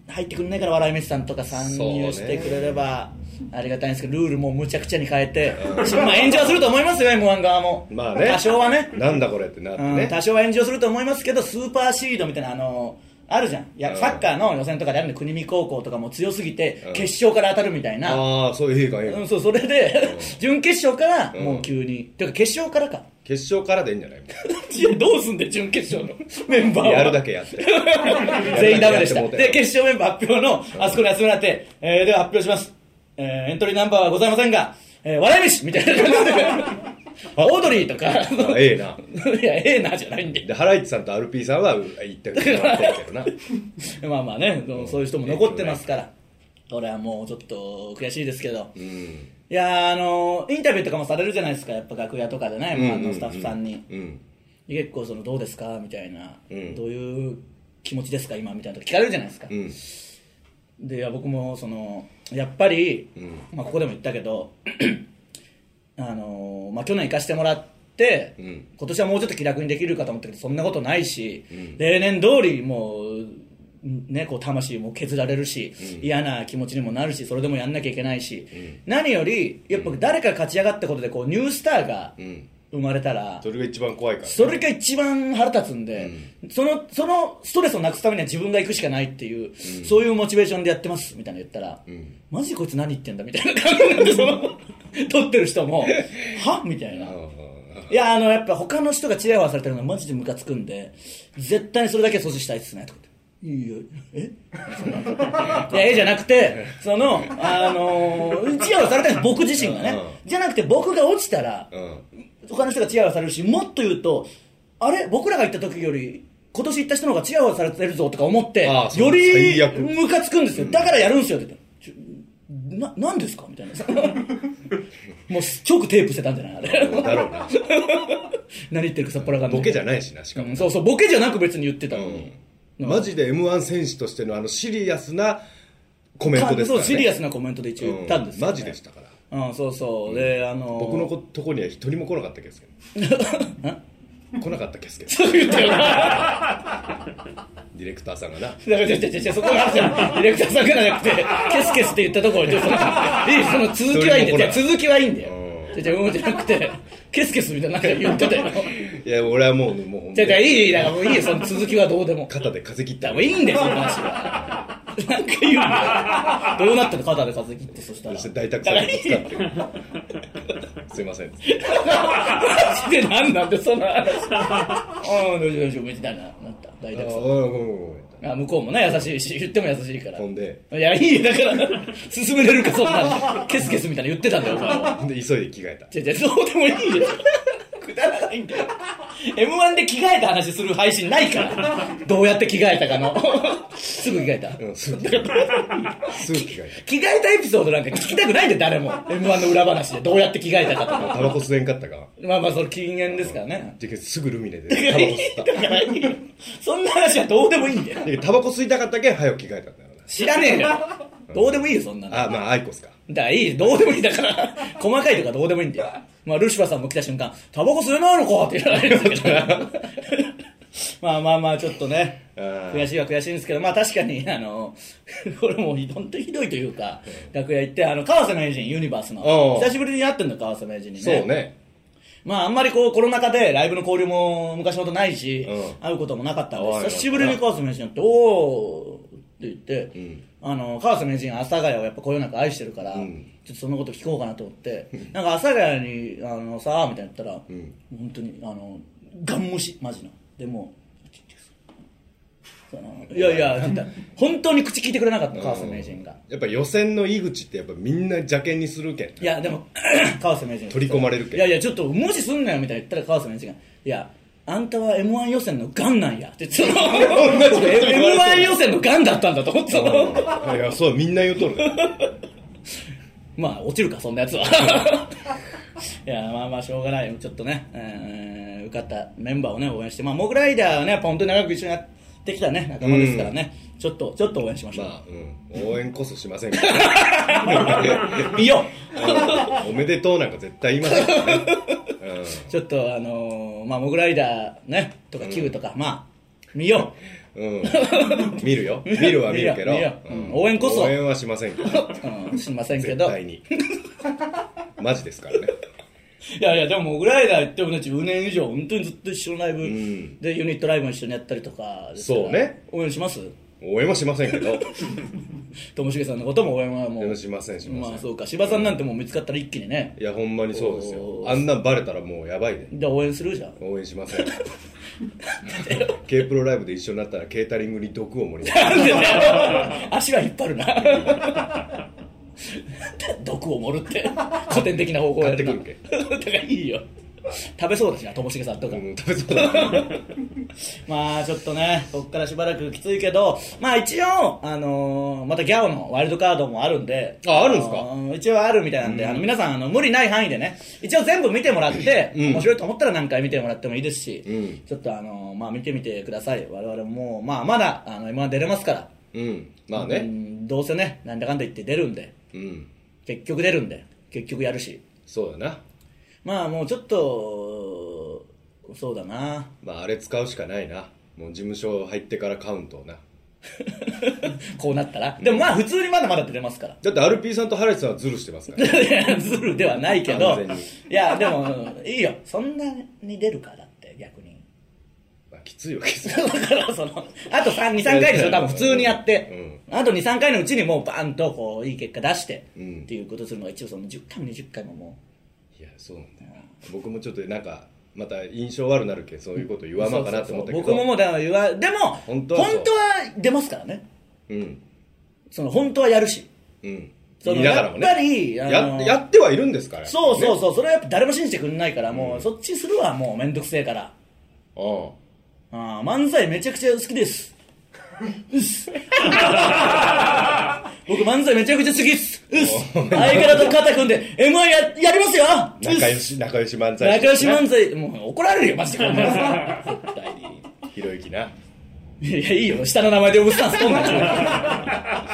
[SPEAKER 2] 入ってくんないから、笑い飯さんとか参入してくれれば、ありがたいんですけど、ルールもむちゃくちゃに変えて、まあ炎上はすると思いますよ、M1 側も。
[SPEAKER 3] まあね
[SPEAKER 2] 多少はね。
[SPEAKER 3] なんだこれってなって
[SPEAKER 2] うん、
[SPEAKER 3] ね
[SPEAKER 2] 多少は炎上すると思いますけど、スーパーシードみたいな、あのあるじゃん、いや
[SPEAKER 3] うん
[SPEAKER 2] サッカーの予選とかであるんで、国見高校とかも強すぎて
[SPEAKER 3] うん、
[SPEAKER 2] 決勝から当たるみたいな、
[SPEAKER 3] ああそういう映画映
[SPEAKER 2] うん、
[SPEAKER 3] 画
[SPEAKER 2] そうそれで、準決勝から
[SPEAKER 3] うん
[SPEAKER 2] もう急に、てか決勝からか、
[SPEAKER 3] 決勝からでいいんじゃない
[SPEAKER 2] いやどうすんで、準決勝のメン バーは。
[SPEAKER 3] やるだけやって
[SPEAKER 2] 全員ダメでした。
[SPEAKER 3] やってもうた
[SPEAKER 2] で、決勝メンバー発表の、あそこに集められて、えーでは発表します。えーエントリーナンバーはございませんが、えー笑い飯みた いな感じで、オードリーとか、
[SPEAKER 3] あええない
[SPEAKER 2] や、ええなじゃ ないんで。
[SPEAKER 3] でハライチさんと RP さんは言ったけどなってるけど な
[SPEAKER 2] まあまあね、そうそういう人も残ってますから、俺はもうちょっと悔しいですけど、い
[SPEAKER 3] うん
[SPEAKER 2] やーあのインタビューとかもされるじゃないですか、やっぱ楽屋とかでね、あのスタッフさんに、
[SPEAKER 3] うん
[SPEAKER 2] 結構その、どうですかみたいな、
[SPEAKER 3] うん
[SPEAKER 2] どういう気持ちですか、今みたいなこと聞かれるじゃないですか、
[SPEAKER 3] うん
[SPEAKER 2] でいや僕もその、やっぱり、
[SPEAKER 3] ん
[SPEAKER 2] まあ、ここでも言ったけど、 あのまあ、去年行かしてもらって、
[SPEAKER 3] うん
[SPEAKER 2] 今年はもうちょっと気楽にできるかと思ったけどそんなことないし、例年通りもう、ね、こう魂も削られるし、嫌な気持ちにもなるしそれでもやんなきゃいけないし、何よりやっぱ誰か勝ち上がったことでこうニュースターが
[SPEAKER 3] うん
[SPEAKER 2] 生まれたら、
[SPEAKER 3] それが一番怖いから
[SPEAKER 2] それが一番腹立つんで、そのそのストレスをなくすためには自分が行くしかないっていう、そういうモチベーションでやってますみたいなの言ったら、
[SPEAKER 3] ん
[SPEAKER 2] マジでこいつ何言ってんだみたいな感じなんでその撮ってる人もはみたいな。
[SPEAKER 3] うん
[SPEAKER 2] いやあのやっぱ他の人がチヤホヤされてるのはマジでムカつくんで絶対にそれだけは阻止したいっすねとか言って。いいよえいやえじゃなくてそのあのー、チヤホヤされたんです僕自身がね、
[SPEAKER 3] う
[SPEAKER 2] じゃなくて僕が落ちたら、
[SPEAKER 3] うん
[SPEAKER 2] 他の人がチヤホヤされるしもっと言うとあれ僕らが行った時より今年行った人の方がチヤホヤされてるぞとか思って
[SPEAKER 3] ああそう
[SPEAKER 2] より
[SPEAKER 3] 最悪
[SPEAKER 2] ムカつくんですよだからやるんですよって言ってちょな何ですかみたいな もう直テープしてたんじゃないあれ
[SPEAKER 3] だろうな
[SPEAKER 2] 何言ってるかさっぱらわかんない
[SPEAKER 3] ボケじゃないしなしか
[SPEAKER 2] う
[SPEAKER 3] も
[SPEAKER 2] んそうそうボケじゃなく別に言ってたのに、
[SPEAKER 3] うんマジで m 1選手としてのあのシリアスなコメントですから
[SPEAKER 2] そう
[SPEAKER 3] ね
[SPEAKER 2] シリアスなコメントで一応言ったんですよ、ね
[SPEAKER 3] うマジでしたから
[SPEAKER 2] うんそうそう、であのー
[SPEAKER 3] 僕のことこには一人も来なかったけです けど来なかったけですけど
[SPEAKER 2] そう言ったよな
[SPEAKER 3] ディレクターさんがな
[SPEAKER 2] だから、じゃじゃじゃじゃそこがあるじゃん。ディレクターさんがじゃなくて、ケスケスって言ったところで、その、いい、その続きはいいんだよ。じゃあ続きはいいんだよ
[SPEAKER 3] うん。
[SPEAKER 2] じゃじゃうんじゃなくて、ケスケスみたいななんか言ってたよ。
[SPEAKER 3] いや俺はもうもうほん
[SPEAKER 2] じ
[SPEAKER 3] と
[SPEAKER 2] ゃじゃ
[SPEAKER 3] に
[SPEAKER 2] いいいい、だからもういいよ、その続きはどうでも。
[SPEAKER 3] 肩で風切っ
[SPEAKER 2] だから
[SPEAKER 3] た
[SPEAKER 2] もういいんだよ、その話は。なんか言うんだよ。どうなったの肩で風切って、そしたら。
[SPEAKER 3] そして大沢さんにぶつかってすいません
[SPEAKER 2] マジでなんなんで、その話。うん、どうしようどうしよう、みたいな、なった。大
[SPEAKER 3] あ
[SPEAKER 2] 体
[SPEAKER 3] ごめんごめんごめん
[SPEAKER 2] あ向こうもね優しいし言っても優しいから
[SPEAKER 3] ほんで
[SPEAKER 2] いやいいよだから進めれるかそんなんケスケスみたいなの言ってたんだよお前は
[SPEAKER 3] で急いで着替えた
[SPEAKER 2] じゃじゃどうでもいいよくだらないんだよ m 1で着替えた話する配信ないからどうやって着替えたかのすぐ着替えた、
[SPEAKER 3] うんすぐ着替えたすぐ着替え
[SPEAKER 2] 着替えたエピソードなんか聞きたくないんだよ誰も m 1の裏話でどうやって着替えたかと
[SPEAKER 3] た
[SPEAKER 2] か
[SPEAKER 3] タバコ吸えんかったか
[SPEAKER 2] まあまあそれ禁煙ですからね
[SPEAKER 3] じゃけどすぐルミネで
[SPEAKER 2] だか
[SPEAKER 3] タバ
[SPEAKER 2] ら
[SPEAKER 3] コ
[SPEAKER 2] いい
[SPEAKER 3] 吸った
[SPEAKER 2] だからいいよそんな話はどうでもいいんだよ
[SPEAKER 3] でタバコ吸いたかったけん早く着替えたんだよな
[SPEAKER 2] 知らねえよどうでもいいよそんなの
[SPEAKER 3] あまあアイコスか
[SPEAKER 2] だからいい、どうでもいいんだから、細かいとかどうでもいいんだよ。まあ、ルシファーさんも来た瞬間、タバコ吸えないのかって言われるんですけど、まあまあまあ、ちょっとね、
[SPEAKER 3] うん
[SPEAKER 2] 悔しいは悔しいんですけど、まあ確かに、あの、これもう本当にひどいというか、楽屋行って、あの、川瀬名人、ユニバースの
[SPEAKER 3] おう、
[SPEAKER 2] 久しぶりに会ってんだ、川瀬名人にね。
[SPEAKER 3] そうね
[SPEAKER 2] まああんまりこうコロナ禍でライブの交流も昔ほどないし、
[SPEAKER 3] うん
[SPEAKER 2] 会うこともなかったんで
[SPEAKER 3] はいはい
[SPEAKER 2] 久しぶりに川瀬名人に会って「おー」って言って、
[SPEAKER 3] ん
[SPEAKER 2] あの川瀬名人は阿佐ヶ谷をやっぱこよなく愛してるから、
[SPEAKER 3] ん
[SPEAKER 2] ちょっとそのこと聞こうかなと思って「なんか阿佐ヶ谷にあのさ」みたいな言ったら、
[SPEAKER 3] ん
[SPEAKER 2] 本当にあのガン無視マジのでもうそのいやいやって言ったら本当に口聞いてくれなかった川瀬名人が。
[SPEAKER 3] やっぱ予選の井口ってやっぱみんな邪険にするけん
[SPEAKER 2] いやでも 川瀬名人
[SPEAKER 3] 取り込まれるけ
[SPEAKER 2] いやいやちょっと無視すんなよみたいな言ったら川瀬名人が「いやあんたは m 1予選のガンなんや」ってその
[SPEAKER 3] 同じこと言われ
[SPEAKER 2] m
[SPEAKER 3] てる
[SPEAKER 2] 1予選のガンだったんだと思ってたの
[SPEAKER 3] うんいやそうみんな言うとるね
[SPEAKER 2] まあ落ちるかそんなやつは いやまあまあしょうがないちょっとね、えー受かったメンバーをね応援してまあモグライダーはねやっぱ本当に長く一緒にやってきたね仲間ですからね、ちょっとちょっと応援しましょう、
[SPEAKER 3] まあ、うん、応援こそしませんけどね
[SPEAKER 2] 見よう
[SPEAKER 3] うんおめでとうなんか絶対言いませんからね、うん
[SPEAKER 2] ちょっとあのーまあモグライダーねとか Q とか、まあ見よう
[SPEAKER 3] うん、見るよ見るは見るけど
[SPEAKER 2] 見るよ見るようん応援こそ
[SPEAKER 3] 応援はしませんけど
[SPEAKER 2] うん、しませんけ
[SPEAKER 3] 絶
[SPEAKER 2] ど。
[SPEAKER 3] 対
[SPEAKER 2] い
[SPEAKER 3] にマジですからね
[SPEAKER 2] やいや、でも、ぐらいだ言ってもね、10年以上、本当にずっと一緒のライブ
[SPEAKER 3] ん
[SPEAKER 2] で、ユニットライブも一緒にやったりとかですから
[SPEAKER 3] そうね。
[SPEAKER 2] 応援します
[SPEAKER 3] 応援はしませんけど
[SPEAKER 2] ともしげさんのことも応援はも
[SPEAKER 3] でも
[SPEAKER 2] う。
[SPEAKER 3] しませんしません、
[SPEAKER 2] まあ、そうか。芝さんなんてもう見つかったら一気にね。
[SPEAKER 3] いやほんまにそうですよ
[SPEAKER 2] おー
[SPEAKER 3] あんなんバレたらもうやばいね
[SPEAKER 2] じゃあ応援す るじゃん。
[SPEAKER 3] 応援しません K プロライブで一緒になったらケータリングに毒を盛り
[SPEAKER 2] なんでだよ足は引っ張るな。 毒を盛るって、古典的な方向やるな
[SPEAKER 3] 買って。
[SPEAKER 2] だからいいよ。食べそうだしな、ともしげさんとか。
[SPEAKER 3] うん食べそうだな
[SPEAKER 2] まあちょっとね、こっからしばらくきついけど、まあ一応、あのーまたギャオのワイルドカードもあるんで、
[SPEAKER 3] ああるんすか
[SPEAKER 2] のー一応あるみたいなんで、あの皆さんあの無理ない範囲でね、一応全部見てもらって、
[SPEAKER 3] うん
[SPEAKER 2] 面白いと思ったら何回見てもらってもいいですし、
[SPEAKER 3] うん
[SPEAKER 2] ちょっとあのーまあ見てみてください。我々も、まあまだ、あの、今出れますから、
[SPEAKER 3] うんまあ
[SPEAKER 2] う
[SPEAKER 3] ね
[SPEAKER 2] んどうせね、なんだかんだ言って出るんで、
[SPEAKER 3] うん
[SPEAKER 2] 結局出るんで、結局やるし、
[SPEAKER 3] そうだな
[SPEAKER 2] まあもうちょっと、そうだな。
[SPEAKER 3] まああれ使うしかないなもう事務所入ってからカウントをな
[SPEAKER 2] こうなったら。でもまあ普通にまだまだ出れますから。
[SPEAKER 3] だって RP さんとハレスさんはズルしてます から
[SPEAKER 2] いやズルではないけど
[SPEAKER 3] 完全に
[SPEAKER 2] いやでもいいよそんなに出るかだって逆に
[SPEAKER 3] まあきついわけですよ
[SPEAKER 2] だからそのあと23回でしょ多分普通にやって、あと23回のうちにもうバンとこういい結果出して、
[SPEAKER 3] うん
[SPEAKER 2] っていうことするのが一応その10回も20回もも
[SPEAKER 3] いやそうなんだよな僕もちょっとなんかまた印象悪なるけそういうこと言
[SPEAKER 2] う
[SPEAKER 3] わんまんかなと思ったけど
[SPEAKER 2] そうそうそう僕ももうだから言わでも
[SPEAKER 3] 本当はそう
[SPEAKER 2] は出ますからね
[SPEAKER 3] うん
[SPEAKER 2] その本当はやるし
[SPEAKER 3] うん
[SPEAKER 2] その
[SPEAKER 3] 言いながらもね
[SPEAKER 2] やっぱりあの
[SPEAKER 3] ややってはいるんですから
[SPEAKER 2] そうそう
[SPEAKER 3] ね
[SPEAKER 2] そう、それはやっぱ誰も信じてくれないからもうそっちするわもう面倒くせえから
[SPEAKER 3] ああ
[SPEAKER 2] ああ漫才めちゃくちゃ好きです。うっ す。僕漫才めちゃくちゃ好きっす。うっす。相方と肩組んで M1 ややりますようっす
[SPEAKER 3] 仲良し仲良し漫才
[SPEAKER 2] 仲良し漫才、もう怒られるよ、マジで。こんなやつは絶対に。
[SPEAKER 3] ひろゆきない
[SPEAKER 2] や、いいよ、下の名前で呼ぶスタンス取んな。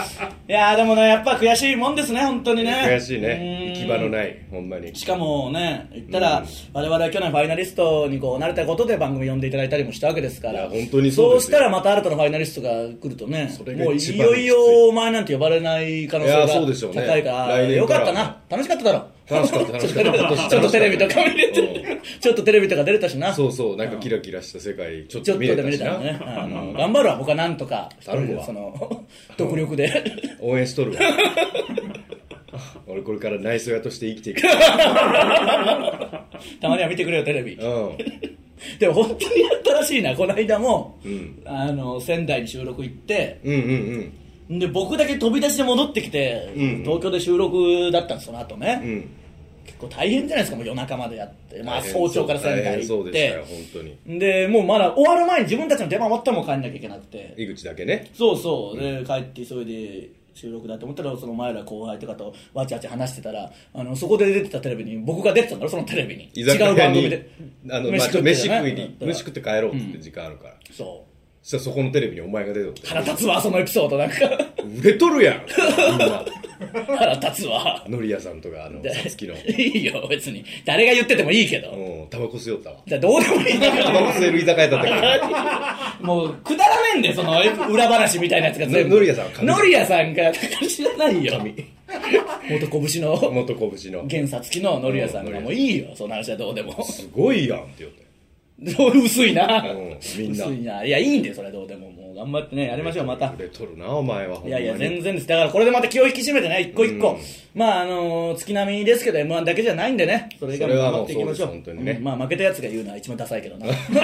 [SPEAKER 2] いやーでもね、やっぱ悔しいもんですね、本当にね。
[SPEAKER 3] 悔しいね
[SPEAKER 2] う
[SPEAKER 3] 行
[SPEAKER 2] ん
[SPEAKER 3] き場のないほんまに
[SPEAKER 2] しかもね、言ったら、我々は去年ファイナリストにこうなれたことで番組呼んでいただいたりもしたわけですか
[SPEAKER 3] いや
[SPEAKER 2] ら、
[SPEAKER 3] 本当にそうで
[SPEAKER 2] し
[SPEAKER 3] すよ
[SPEAKER 2] たらまた新たなファイナリストが来るとね
[SPEAKER 3] それ、が
[SPEAKER 2] もうい
[SPEAKER 3] 一番
[SPEAKER 2] よいよお前なんて呼ばれない可能性
[SPEAKER 3] い
[SPEAKER 2] が
[SPEAKER 3] やそうでしょうね
[SPEAKER 2] 高いから、
[SPEAKER 3] 来年
[SPEAKER 2] よ
[SPEAKER 3] から
[SPEAKER 2] かったな、楽しかっただろ。
[SPEAKER 3] 楽しか った楽しかった今年楽しかった
[SPEAKER 2] ちょっとテレビとか見れて、ちょっとテレビとか出れたしな。
[SPEAKER 3] そうそうなんかキラキラした世界ちょっ
[SPEAKER 2] ちょっと
[SPEAKER 3] と見
[SPEAKER 2] でも
[SPEAKER 3] れた
[SPEAKER 2] 見れ
[SPEAKER 3] したな
[SPEAKER 2] らね、あの頑張るわ、僕はなんとか、一人
[SPEAKER 3] 頼む
[SPEAKER 2] で
[SPEAKER 3] わ
[SPEAKER 2] その、 独力で。
[SPEAKER 3] 応援しとる わ俺これから内装屋として生き ていく
[SPEAKER 2] たまには見てくれよ、テレビ。
[SPEAKER 3] う
[SPEAKER 2] でも本当にやったらしいな、この間も、
[SPEAKER 3] ん
[SPEAKER 2] あの仙台に収録行って、
[SPEAKER 3] んうんうん
[SPEAKER 2] で僕だけ飛び出しで戻ってきて、
[SPEAKER 3] うん
[SPEAKER 2] 東京で収録だったんです、その後ね、
[SPEAKER 3] うんうん
[SPEAKER 2] 結構大変じゃないですか、もう夜中までやって、まあ、
[SPEAKER 3] 大変
[SPEAKER 2] 早朝から仙台
[SPEAKER 3] そ
[SPEAKER 2] 行
[SPEAKER 3] う
[SPEAKER 2] って、
[SPEAKER 3] 大変そうでしたよ本
[SPEAKER 2] でもうまだ終わる前に自分たちの出番終わったらもう帰んなきゃいけなく
[SPEAKER 3] 当
[SPEAKER 2] て、
[SPEAKER 3] に井口だけね
[SPEAKER 2] そうそう、で帰って急いで収録だと思ったら、その前ら後輩とかとわちゃわちゃ話してたら、あのそこで出てたテレビに、僕が出てたんだろ、そのテレビに、
[SPEAKER 3] 居酒
[SPEAKER 2] 違う
[SPEAKER 3] 屋
[SPEAKER 2] 番
[SPEAKER 3] に
[SPEAKER 2] 組で、
[SPEAKER 3] あのまあちょっと飯
[SPEAKER 2] たよ
[SPEAKER 3] 食
[SPEAKER 2] ね
[SPEAKER 3] いに飯食って帰ろうっつって時間あるから、
[SPEAKER 2] そう
[SPEAKER 3] そしたらそこのテレビにお前が出とって
[SPEAKER 2] 腹立つわそのエピソード なんか
[SPEAKER 3] 売れと るやんみんな
[SPEAKER 2] 腹立つわ
[SPEAKER 3] のり屋さんとかあの
[SPEAKER 2] で
[SPEAKER 3] さつきの
[SPEAKER 2] いいよ別に誰が言っててもいいけど、
[SPEAKER 3] うんタバコ吸いよったわ
[SPEAKER 2] だどうでもいいんだか
[SPEAKER 3] タ バコ
[SPEAKER 2] ら
[SPEAKER 3] 吸える居酒屋だった け
[SPEAKER 2] もうくだらねえんだよそのエピ裏話みたいなやつが全部
[SPEAKER 3] ののりやさんは神
[SPEAKER 2] のりやさんが知らないよ元拳の
[SPEAKER 3] ど元拳の
[SPEAKER 2] 原さつきののりやさんが
[SPEAKER 3] うん
[SPEAKER 2] もういいよその話はどうでも
[SPEAKER 3] すごいやんって言って
[SPEAKER 2] 薄いな
[SPEAKER 3] うんみんな
[SPEAKER 2] 薄いないやいいんだよそれはどうでももう頑張ってねやりましょうまた
[SPEAKER 3] 売れとるなお前はほん
[SPEAKER 2] い
[SPEAKER 3] ま
[SPEAKER 2] や
[SPEAKER 3] に
[SPEAKER 2] いや、全然です。だからこれでまた気を引き締めてね、一個一個。
[SPEAKER 3] うん
[SPEAKER 2] まあ、あのー月並みですけど、M1 だけじゃないんでね。それが
[SPEAKER 3] それはも
[SPEAKER 2] 頑張
[SPEAKER 3] う
[SPEAKER 2] っていきましょう。
[SPEAKER 3] そうです本当にね
[SPEAKER 2] うんまあ、負けたやつが言うのは一番ダサいけ どな。
[SPEAKER 3] そう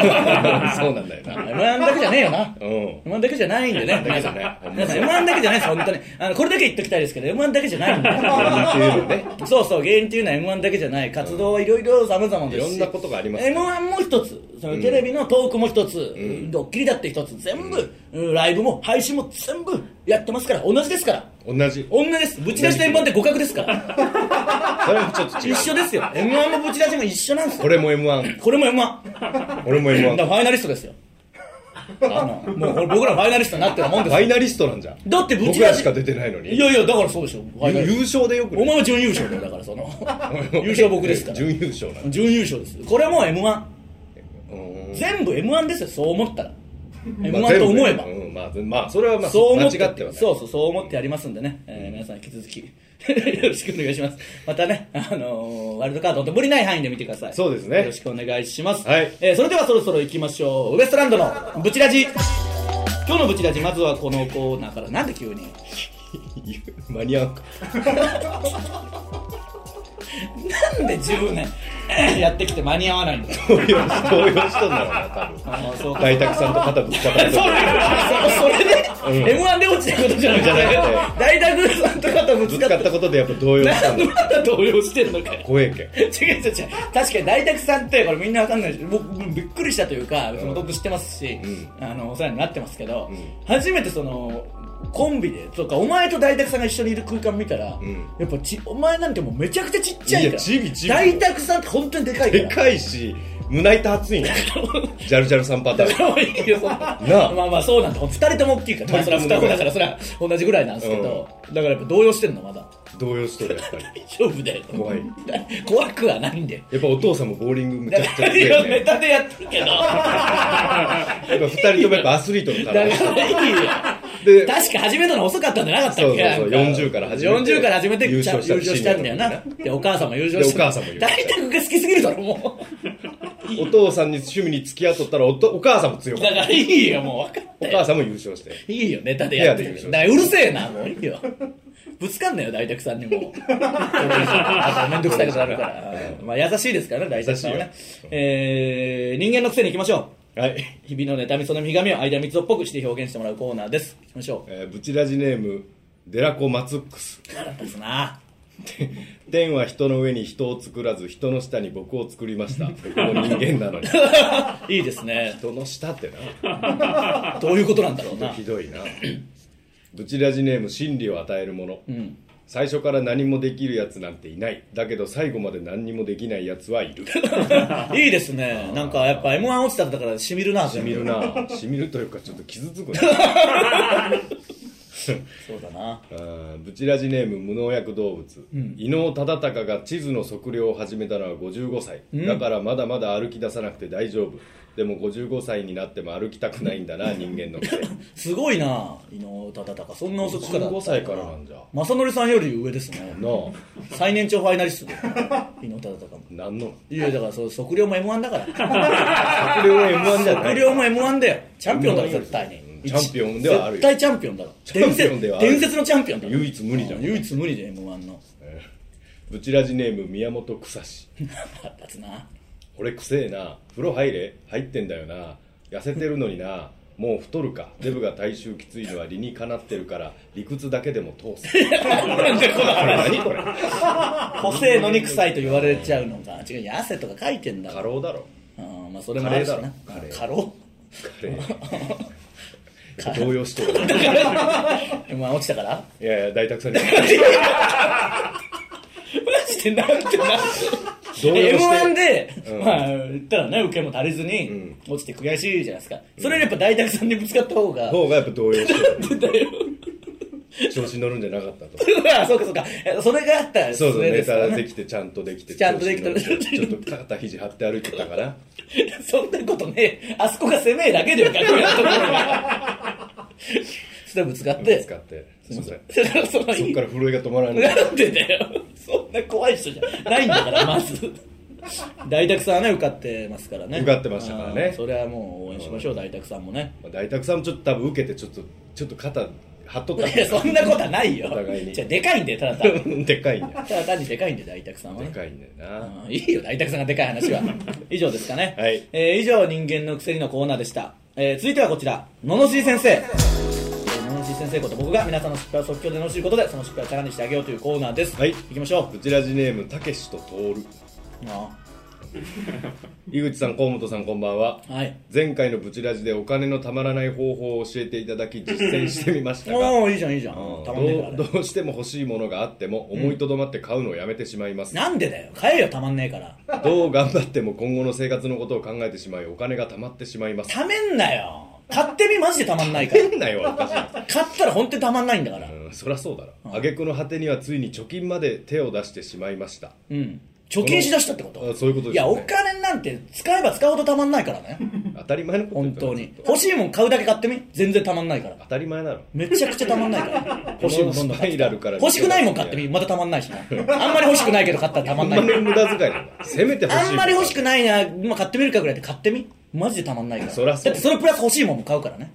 [SPEAKER 3] なんだ よな
[SPEAKER 2] M1 だけじゃねえよな。
[SPEAKER 3] うん
[SPEAKER 2] M1 だけじゃないんでね。皆さん、皆さん M1 だけじゃないです、本当に。あの、これだけ言っときたいですけど、M1 だけじゃないん
[SPEAKER 3] っていうの
[SPEAKER 2] で。
[SPEAKER 3] ね
[SPEAKER 2] そうそう、芸人っていうのは M1 だけじゃない。活動はいろいろ様々ですし。
[SPEAKER 3] いろんなことがあります
[SPEAKER 2] M1 も一つ、そのテレビのトークも一つ、ドッキリだって一つ、全部、うんライブも配信も全部やってますから、同じですから。
[SPEAKER 3] 同じ
[SPEAKER 2] 同じですぶち出しと M1 って互角ですから
[SPEAKER 3] それはちょっと違う
[SPEAKER 2] 一緒ですよ M1 もぶち出しも一緒なんですよ
[SPEAKER 3] 俺も M1
[SPEAKER 2] これも M1
[SPEAKER 3] 俺も
[SPEAKER 2] だから
[SPEAKER 3] M1
[SPEAKER 2] ファイナリストですよあのもうこれ僕らファイナリストになってるもんで
[SPEAKER 3] フ
[SPEAKER 2] す
[SPEAKER 3] ァ
[SPEAKER 2] よ
[SPEAKER 3] イナリストなんじゃん
[SPEAKER 2] だってぶち
[SPEAKER 3] 僕
[SPEAKER 2] 出
[SPEAKER 3] ら
[SPEAKER 2] し
[SPEAKER 3] しか出てないのに
[SPEAKER 2] いやいやだからそうでしょファイナリ
[SPEAKER 3] 優
[SPEAKER 2] ス
[SPEAKER 3] 勝でよく
[SPEAKER 2] トお
[SPEAKER 3] ね
[SPEAKER 2] 前は準優勝だよだから その優勝は僕ですから
[SPEAKER 3] 準優勝なんだ
[SPEAKER 2] 準優勝ですこれも M1
[SPEAKER 3] うん
[SPEAKER 2] 全部 M1 ですよそう思ったら
[SPEAKER 3] まあ
[SPEAKER 2] M1 と思えば
[SPEAKER 3] 全部ねうんまあぜまあそれはまあ
[SPEAKER 2] そう思って
[SPEAKER 3] 間違ってはない
[SPEAKER 2] そうそうそう思ってやりますんでね、えー皆さん引き続き よろしくお願いしますまたね、あのーワールドカード本当無理ない範囲で見てください
[SPEAKER 3] そうですね
[SPEAKER 2] よろしくお願いします、
[SPEAKER 3] はい
[SPEAKER 2] えーそれではそろそろ行きましょうウエストランドのブチラジ今日のブチラジまずはこのコーナーからなんで急に
[SPEAKER 3] 間に合うか
[SPEAKER 2] なんで10年 やってきて間に合わないんだよ
[SPEAKER 3] 動揺し動揺しとんだろうな
[SPEAKER 2] あーそ
[SPEAKER 3] 多
[SPEAKER 2] う
[SPEAKER 3] 分
[SPEAKER 2] か
[SPEAKER 3] 大沢さんと肩ぶつか っ
[SPEAKER 2] そ
[SPEAKER 3] た
[SPEAKER 2] う
[SPEAKER 3] とか
[SPEAKER 2] だそそれで、
[SPEAKER 3] う
[SPEAKER 2] M1 で落ちたことじゃなくて
[SPEAKER 3] じゃな
[SPEAKER 2] 大学さんと肩ぶ
[SPEAKER 3] ぶ
[SPEAKER 2] つ
[SPEAKER 3] つ
[SPEAKER 2] か
[SPEAKER 3] か
[SPEAKER 2] っ
[SPEAKER 3] ったたことでやっぱ動揺した
[SPEAKER 2] なんんで
[SPEAKER 3] だ
[SPEAKER 2] まだ動揺してんのかよ
[SPEAKER 3] 怖えけん
[SPEAKER 2] 違う違う違う確かに大沢さんってこれみんなわかんないし僕びっくりしたというか僕も僕知ってますし、
[SPEAKER 3] う
[SPEAKER 2] あのお世話になってますけど、
[SPEAKER 3] ん
[SPEAKER 2] 初めてそのコンビでとかお前と大沢さんが一緒にいる空間見たら、
[SPEAKER 3] ん
[SPEAKER 2] やっぱちお前なんてもうめちゃくちゃちっちゃいから
[SPEAKER 3] いやちびちび
[SPEAKER 2] 大沢さんって本当にでかいから
[SPEAKER 3] でかいし胸板熱いねジャルジャルさんパターン
[SPEAKER 2] 可愛いよそんな
[SPEAKER 3] なあ
[SPEAKER 2] まあまあそうなんだ二人とも大きいから、まあ、それは双子だからそれは同じぐらいなんですけど、だからやっぱ動揺してんのまだ
[SPEAKER 3] 動揺しとるやっぱり
[SPEAKER 2] 大丈夫だよ
[SPEAKER 3] 怖い
[SPEAKER 2] 怖くはないんだよ
[SPEAKER 3] やっぱお父さんもボーリングめちゃ
[SPEAKER 2] だか
[SPEAKER 3] くちゃ
[SPEAKER 2] らい
[SPEAKER 3] 強
[SPEAKER 2] や
[SPEAKER 3] い
[SPEAKER 2] ネ
[SPEAKER 3] ね
[SPEAKER 2] タでやってるけど
[SPEAKER 3] やっぱ二人ともやっぱアスリートの
[SPEAKER 2] だ
[SPEAKER 3] た
[SPEAKER 2] か
[SPEAKER 3] め
[SPEAKER 2] らいいよ
[SPEAKER 3] で
[SPEAKER 2] 確か始めたの遅かったんじゃなかったっけ
[SPEAKER 3] そうそうそう
[SPEAKER 2] なん
[SPEAKER 3] 40から始めて
[SPEAKER 2] 40から始めて
[SPEAKER 3] 優勝した
[SPEAKER 2] 優勝したんだよなでお母さんも優勝した
[SPEAKER 3] でお母さんも優勝
[SPEAKER 2] 大
[SPEAKER 3] した
[SPEAKER 2] 宅が好きすぎるだろも
[SPEAKER 3] お父さんに趣味に付き合っとったらおとお母さんも強
[SPEAKER 2] う
[SPEAKER 3] か
[SPEAKER 2] だ
[SPEAKER 3] っ
[SPEAKER 2] からいいよもう分かっ
[SPEAKER 3] お
[SPEAKER 2] た
[SPEAKER 3] 母
[SPEAKER 2] よ
[SPEAKER 3] さんも優勝して
[SPEAKER 2] いいよネタでやって
[SPEAKER 3] いやで
[SPEAKER 2] る
[SPEAKER 3] 優勝
[SPEAKER 2] だからうるせえなもういいよぶつかんなよ大宅さんに もあとめんどくさいことあるからまあ優しいですからね大宅さんはね
[SPEAKER 3] 優
[SPEAKER 2] えー人間のくせにいきましょう
[SPEAKER 3] はい、
[SPEAKER 2] 日々の妬みそのひがみを間みつをっぽくして表現してもらうコーナーですいきましょう
[SPEAKER 3] えー、ブチラジネームデラコマツックス
[SPEAKER 2] 腹立つな
[SPEAKER 3] 天は人の上に人を作らず人の下に僕を作りました僕も人間なのに
[SPEAKER 2] いいですね
[SPEAKER 3] 人の下ってな
[SPEAKER 2] どういうことなんだろ うな
[SPEAKER 3] ひどいなブチラジネーム真理を与えるもの、最初から何もできるやつなんていないだけど最後まで何にもできないやつはいる
[SPEAKER 2] いいですねなんかやっぱ m 1落ちたんだからしみるなし
[SPEAKER 3] しみるなしみるというかちょっと傷つくね
[SPEAKER 2] そうだな
[SPEAKER 3] あーブチラジネーム無農薬動物、伊能忠敬が地図の測量を始めたのは55歳、だからまだまだ歩き出さなくて大丈夫でも55歳になっても歩きたくないんだ な人間の癖
[SPEAKER 2] すごいな伊能忠敬そんな遅くから
[SPEAKER 3] 15歳からなんじゃ
[SPEAKER 2] 正則さんより上ですね
[SPEAKER 3] なあ
[SPEAKER 2] 最年長ファイナリスト で伊能忠敬も
[SPEAKER 3] 何の
[SPEAKER 2] いやだからそう測量も m 1だから
[SPEAKER 3] 測量は m 1じゃな
[SPEAKER 2] 測
[SPEAKER 3] い
[SPEAKER 2] 量も m 1だよチャンピオンだろ絶対
[SPEAKER 3] うん
[SPEAKER 2] に
[SPEAKER 3] チャンピオンではある
[SPEAKER 2] 絶
[SPEAKER 3] よ
[SPEAKER 2] 対チャンピオンだろ
[SPEAKER 3] チャ
[SPEAKER 2] 伝
[SPEAKER 3] ンピオン
[SPEAKER 2] 説
[SPEAKER 3] ではある
[SPEAKER 2] 伝説のチャンピオンだろ
[SPEAKER 3] 唯一無二じゃん
[SPEAKER 2] う唯一無二で m 1の
[SPEAKER 3] ブチラジネーム宮本草志
[SPEAKER 2] 腹立つな
[SPEAKER 3] 俺くせえな風呂入れ入ってんだよな痩せてるのになもう太るかデブが体臭きついのは理にかなってるから理屈だけでも通 す何これ
[SPEAKER 2] 細いのに臭いと言われちゃうのか違ういや汗とかかいてんだ
[SPEAKER 3] 過
[SPEAKER 2] ろ
[SPEAKER 3] 労だろ
[SPEAKER 2] うんまあそれもあるしな
[SPEAKER 3] カレー
[SPEAKER 2] 過
[SPEAKER 3] だろ
[SPEAKER 2] 労
[SPEAKER 3] カレー動揺して る
[SPEAKER 2] m 1落ちたから
[SPEAKER 3] いやいや大沢さん に
[SPEAKER 2] マジでなんてな
[SPEAKER 3] 動
[SPEAKER 2] m
[SPEAKER 3] 揺し
[SPEAKER 2] 1
[SPEAKER 3] て
[SPEAKER 2] で、
[SPEAKER 3] うん
[SPEAKER 2] まあ言ったらね受けも足りずに、
[SPEAKER 3] ん
[SPEAKER 2] 落ちて悔しいじゃないですかそれよりやっぱ大沢さんにぶつかった方が、
[SPEAKER 3] 方がやっぱ動揺して
[SPEAKER 2] だよ
[SPEAKER 3] る調子に乗るんじゃなかった と
[SPEAKER 2] あそうかそうかえそれがあったら
[SPEAKER 3] そうそうネ
[SPEAKER 2] ですから
[SPEAKER 3] タ
[SPEAKER 2] ね
[SPEAKER 3] できてちゃんとできて
[SPEAKER 2] ちゃんとできた
[SPEAKER 3] 調子に乗ってちょっと肩肘張って歩いてた から
[SPEAKER 2] そんなことねえあそこが攻めえだけでよ逆にやったところがそれぶつかって
[SPEAKER 3] 使ってすいません
[SPEAKER 2] だからその
[SPEAKER 3] そっから震えが止まらない
[SPEAKER 2] なんでだよそんな怖い人じゃないんだからまず大沢さんはね受かってますからね
[SPEAKER 3] 受かってましたからね
[SPEAKER 2] あーそれはもう応援しましょう大沢さんもね
[SPEAKER 3] まあ、大沢さんもちょっと多分受けてちょっとちょっと肩張っとっ
[SPEAKER 2] い
[SPEAKER 3] た
[SPEAKER 2] やそんなことはないよ
[SPEAKER 3] お互いに
[SPEAKER 2] じゃあでかいんでただ単に
[SPEAKER 3] でかいんだよ
[SPEAKER 2] ただ単にでかいんで大沢さんは
[SPEAKER 3] で
[SPEAKER 2] ね
[SPEAKER 3] かいんだよな
[SPEAKER 2] うんいいよ大沢さんがでかい 話は以上ですかね、
[SPEAKER 3] はい
[SPEAKER 2] えー以上人間のくせにのコーナーでした、えー続いてはこちらののしい先生えーののしい先生こと僕が皆さんの失敗を即興でのしいことでその失敗をチャラにしてあげようというコーナーです、
[SPEAKER 3] はい
[SPEAKER 2] 行きましょ
[SPEAKER 3] こちらジネームたけしと徹
[SPEAKER 2] うあ
[SPEAKER 3] 井口さん河本さんこんばんは
[SPEAKER 2] ーはい
[SPEAKER 3] 前回のブチラジでお金のたまらない方法を教えていただき実践してみましたが
[SPEAKER 2] おおいいじゃんいいじゃん
[SPEAKER 3] うん
[SPEAKER 2] たまんねえからあ
[SPEAKER 3] ど
[SPEAKER 2] れ
[SPEAKER 3] うどうしても欲しいものがあっても思いとどまって買うのをやめてしまいます、
[SPEAKER 2] なんでだよ買えよたまんねえから
[SPEAKER 3] どう頑張っても今後の生活のことを考えてしまいお金がたまってしま います
[SPEAKER 2] ためんなよ買ってみマジでたまんないから
[SPEAKER 3] 変なよ私
[SPEAKER 2] 買ったら本当にたまんないんだから
[SPEAKER 3] うんそりゃそうだろ挙句の果てにはついに貯金まで手を出してしまいました
[SPEAKER 2] うん貯金しだしたってこと
[SPEAKER 3] あそういうこと
[SPEAKER 2] い
[SPEAKER 3] です
[SPEAKER 2] や
[SPEAKER 3] よ
[SPEAKER 2] お
[SPEAKER 3] ね
[SPEAKER 2] 金なんて使えば使うほどたまんないからね
[SPEAKER 3] 当たり前のこと
[SPEAKER 2] 本
[SPEAKER 3] 言ってた
[SPEAKER 2] 当
[SPEAKER 3] な
[SPEAKER 2] に
[SPEAKER 3] ずっと
[SPEAKER 2] 欲しいもん買うだけ買ってみ全然たまんないから
[SPEAKER 3] 当たり前だろ
[SPEAKER 2] めちゃくちゃたまんない から欲しいもんどんどん買って
[SPEAKER 3] スパイラルから
[SPEAKER 2] 欲しくないもん買ってみまたたまんない しなあんまり欲しくないけど買ったらたま
[SPEAKER 3] あ
[SPEAKER 2] ん
[SPEAKER 3] ん
[SPEAKER 2] な
[SPEAKER 3] ま
[SPEAKER 2] いか
[SPEAKER 3] り
[SPEAKER 2] ら
[SPEAKER 3] 無駄遣いなんだせめて欲しい
[SPEAKER 2] あんまり欲しく
[SPEAKER 3] い
[SPEAKER 2] ないな、まあ、買ってみるかぐらいで買ってみマジでたまんないから
[SPEAKER 3] そらそう
[SPEAKER 2] だってそれプラス欲しいもんも買うからね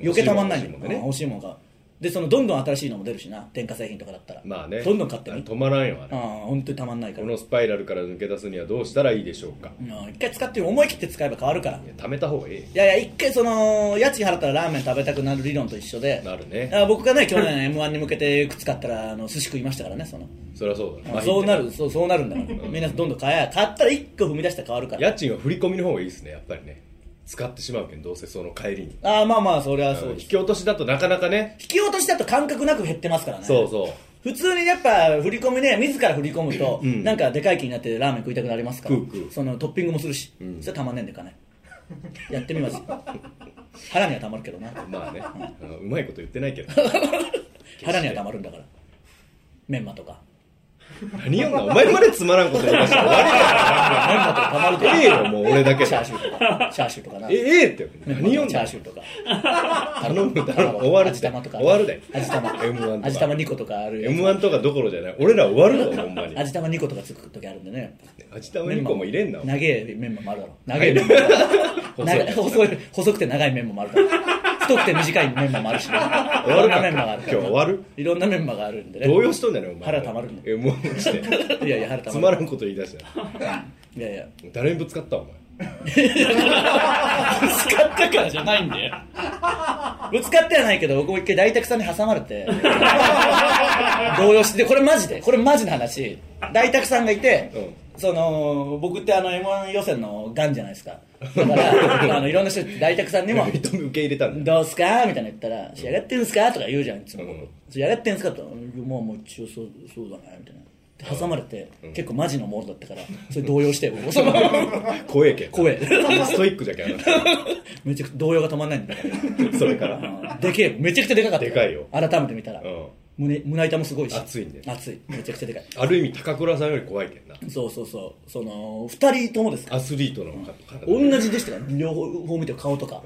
[SPEAKER 2] 余計たまんないんだよ
[SPEAKER 3] 欲しいもん欲しいも
[SPEAKER 2] うん欲しいも
[SPEAKER 3] んね
[SPEAKER 2] ん買うでそのどんどん新しいのも出るしな添加製品とかだったら
[SPEAKER 3] まあね
[SPEAKER 2] どんどん買ってみ
[SPEAKER 3] 止まらんよあ
[SPEAKER 2] ああ
[SPEAKER 3] れ
[SPEAKER 2] 本当にたまんないか
[SPEAKER 3] こ
[SPEAKER 2] ら
[SPEAKER 3] のスパイラルから抜け出すにはどうしたらいいでしょうか
[SPEAKER 2] うん一回使ってみ思い切って使えば変わるからい
[SPEAKER 3] いや貯めた方がいい
[SPEAKER 2] やいや一回その家賃払ったらラーメン食べたくなる理論と一緒で
[SPEAKER 3] なるね
[SPEAKER 2] あ僕がね去年 m 1に向けて靴買ったらあの寿司食いましたからねその
[SPEAKER 3] そりゃそうだ
[SPEAKER 2] まあ
[SPEAKER 3] な
[SPEAKER 2] そうなるそうそうなるんだからみんなどんどん買え買ったら一個踏み出して変わるから
[SPEAKER 3] 家賃は振り込みの方がいいですねやっぱりね使ってしまうけんどうせその帰りに
[SPEAKER 2] ああまあまあそれは
[SPEAKER 3] あ
[SPEAKER 2] そう
[SPEAKER 3] の
[SPEAKER 2] で
[SPEAKER 3] 引
[SPEAKER 2] す
[SPEAKER 3] き落としだとなかなかね
[SPEAKER 2] 引き落としだと感覚なく減ってますからね
[SPEAKER 3] そうそう
[SPEAKER 2] 普通にやっぱ振り込みね自ら振り込むと、なんかでかい気になってラーメン食いたくなりますから
[SPEAKER 3] 食う食う
[SPEAKER 2] そのトッピングもするし、それたまんねえんでかねやってみ ます腹にはたまるけどな
[SPEAKER 3] まあねあのうまいこと言ってないけど
[SPEAKER 2] 腹にはたまるんだからメンマとか
[SPEAKER 3] 何よんなお前までつまらんこと言いました終わり
[SPEAKER 2] メンマとかたまるとか
[SPEAKER 3] ええよもう俺だけで
[SPEAKER 2] チャーシューとかチャーシューとかな
[SPEAKER 3] ええって
[SPEAKER 2] メンマと
[SPEAKER 3] 何よ
[SPEAKER 2] か
[SPEAKER 3] ん
[SPEAKER 2] チャ
[SPEAKER 3] な
[SPEAKER 2] ーシューと か
[SPEAKER 3] 頼む頼 む終わる
[SPEAKER 2] 味玉と
[SPEAKER 3] で
[SPEAKER 2] か
[SPEAKER 3] 終わるで
[SPEAKER 2] 味玉
[SPEAKER 3] M1 とか
[SPEAKER 2] 味玉2個とかあるやつ
[SPEAKER 3] m 1とかどころじゃない俺ら終わるぞほんまに
[SPEAKER 2] 味玉2個とかつく時あるんでね
[SPEAKER 3] 味玉2個も入れんな
[SPEAKER 2] 長いメンマもあるだろ長いメンマもある
[SPEAKER 3] はい
[SPEAKER 2] 長い細い細くて長いメンマもあるだろ太くて短いメンマもあるしねいろんなメンマがあるから
[SPEAKER 3] 今日終わる
[SPEAKER 2] いろんなメンマがあるんでね
[SPEAKER 3] 動揺しとんだよねお前
[SPEAKER 2] 腹たまる ね
[SPEAKER 3] m 1して
[SPEAKER 2] いやいや腹た
[SPEAKER 3] つ
[SPEAKER 2] ま
[SPEAKER 3] ま
[SPEAKER 2] る
[SPEAKER 3] らんこと言い出した
[SPEAKER 2] いやいや
[SPEAKER 3] 誰にぶつかったお前
[SPEAKER 2] ぶつかったからじゃないんだよぶつかってはないけど僕も一回大沢さんに挟まれ て動揺してこれマジでこれマジの話大沢さんがいて、その僕ってあの m 1予選のガンじゃないですかだから あのいろんな人大沢さんに も
[SPEAKER 3] 認め受け入れたんだ
[SPEAKER 2] どうすかみたいなの言ったら「仕上がってんすか?」とか言うじゃんいつも
[SPEAKER 3] うん
[SPEAKER 2] 「仕上がってんすか?」と「もうもう一応そうそうだね」みたいなって挟まれて、結構マジのものだったからそれ動揺して僕その
[SPEAKER 3] 怖えけん
[SPEAKER 2] 怖え
[SPEAKER 3] ストイックじゃけんあな
[SPEAKER 2] めちゃくちゃ動揺が止まんないんだから
[SPEAKER 3] たそれから
[SPEAKER 2] うんでけえめちゃくちゃでかかった
[SPEAKER 3] でかいよ
[SPEAKER 2] 改めて見たら、
[SPEAKER 3] うん
[SPEAKER 2] 胸胸板もすごいし
[SPEAKER 3] 熱いんだよ
[SPEAKER 2] 熱いめちゃくちゃでかい
[SPEAKER 3] ある意味高倉さんより怖いけんな
[SPEAKER 2] そうそうそうその2人ともですから
[SPEAKER 3] アスリートの方
[SPEAKER 2] 同じでしたから両方見てる顔とか、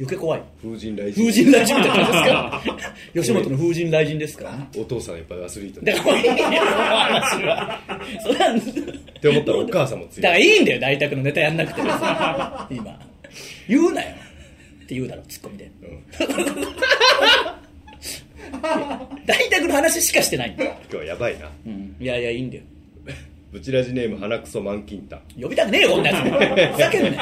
[SPEAKER 2] 余計怖い
[SPEAKER 3] 風神雷神
[SPEAKER 2] 風神雷神みたいな感じ ですから吉本の風神雷神ですからね
[SPEAKER 3] お父さんやっぱりアスリート
[SPEAKER 2] だ
[SPEAKER 3] だ
[SPEAKER 2] からもういいよその話は それは
[SPEAKER 3] って思ったらお母さんも
[SPEAKER 2] だから
[SPEAKER 3] 強
[SPEAKER 2] い
[SPEAKER 3] い
[SPEAKER 2] いんだよ大宅のネタやんなくて別に今言うなよって言うだろツッコミで、大宅の話しかしてないんだよ、
[SPEAKER 3] 今日はやばいな
[SPEAKER 2] うん、いやいやいいんだよ
[SPEAKER 3] ブチラジネーム鼻くそ満金炭
[SPEAKER 2] 呼びたくねえよこんなやつふざけんなよ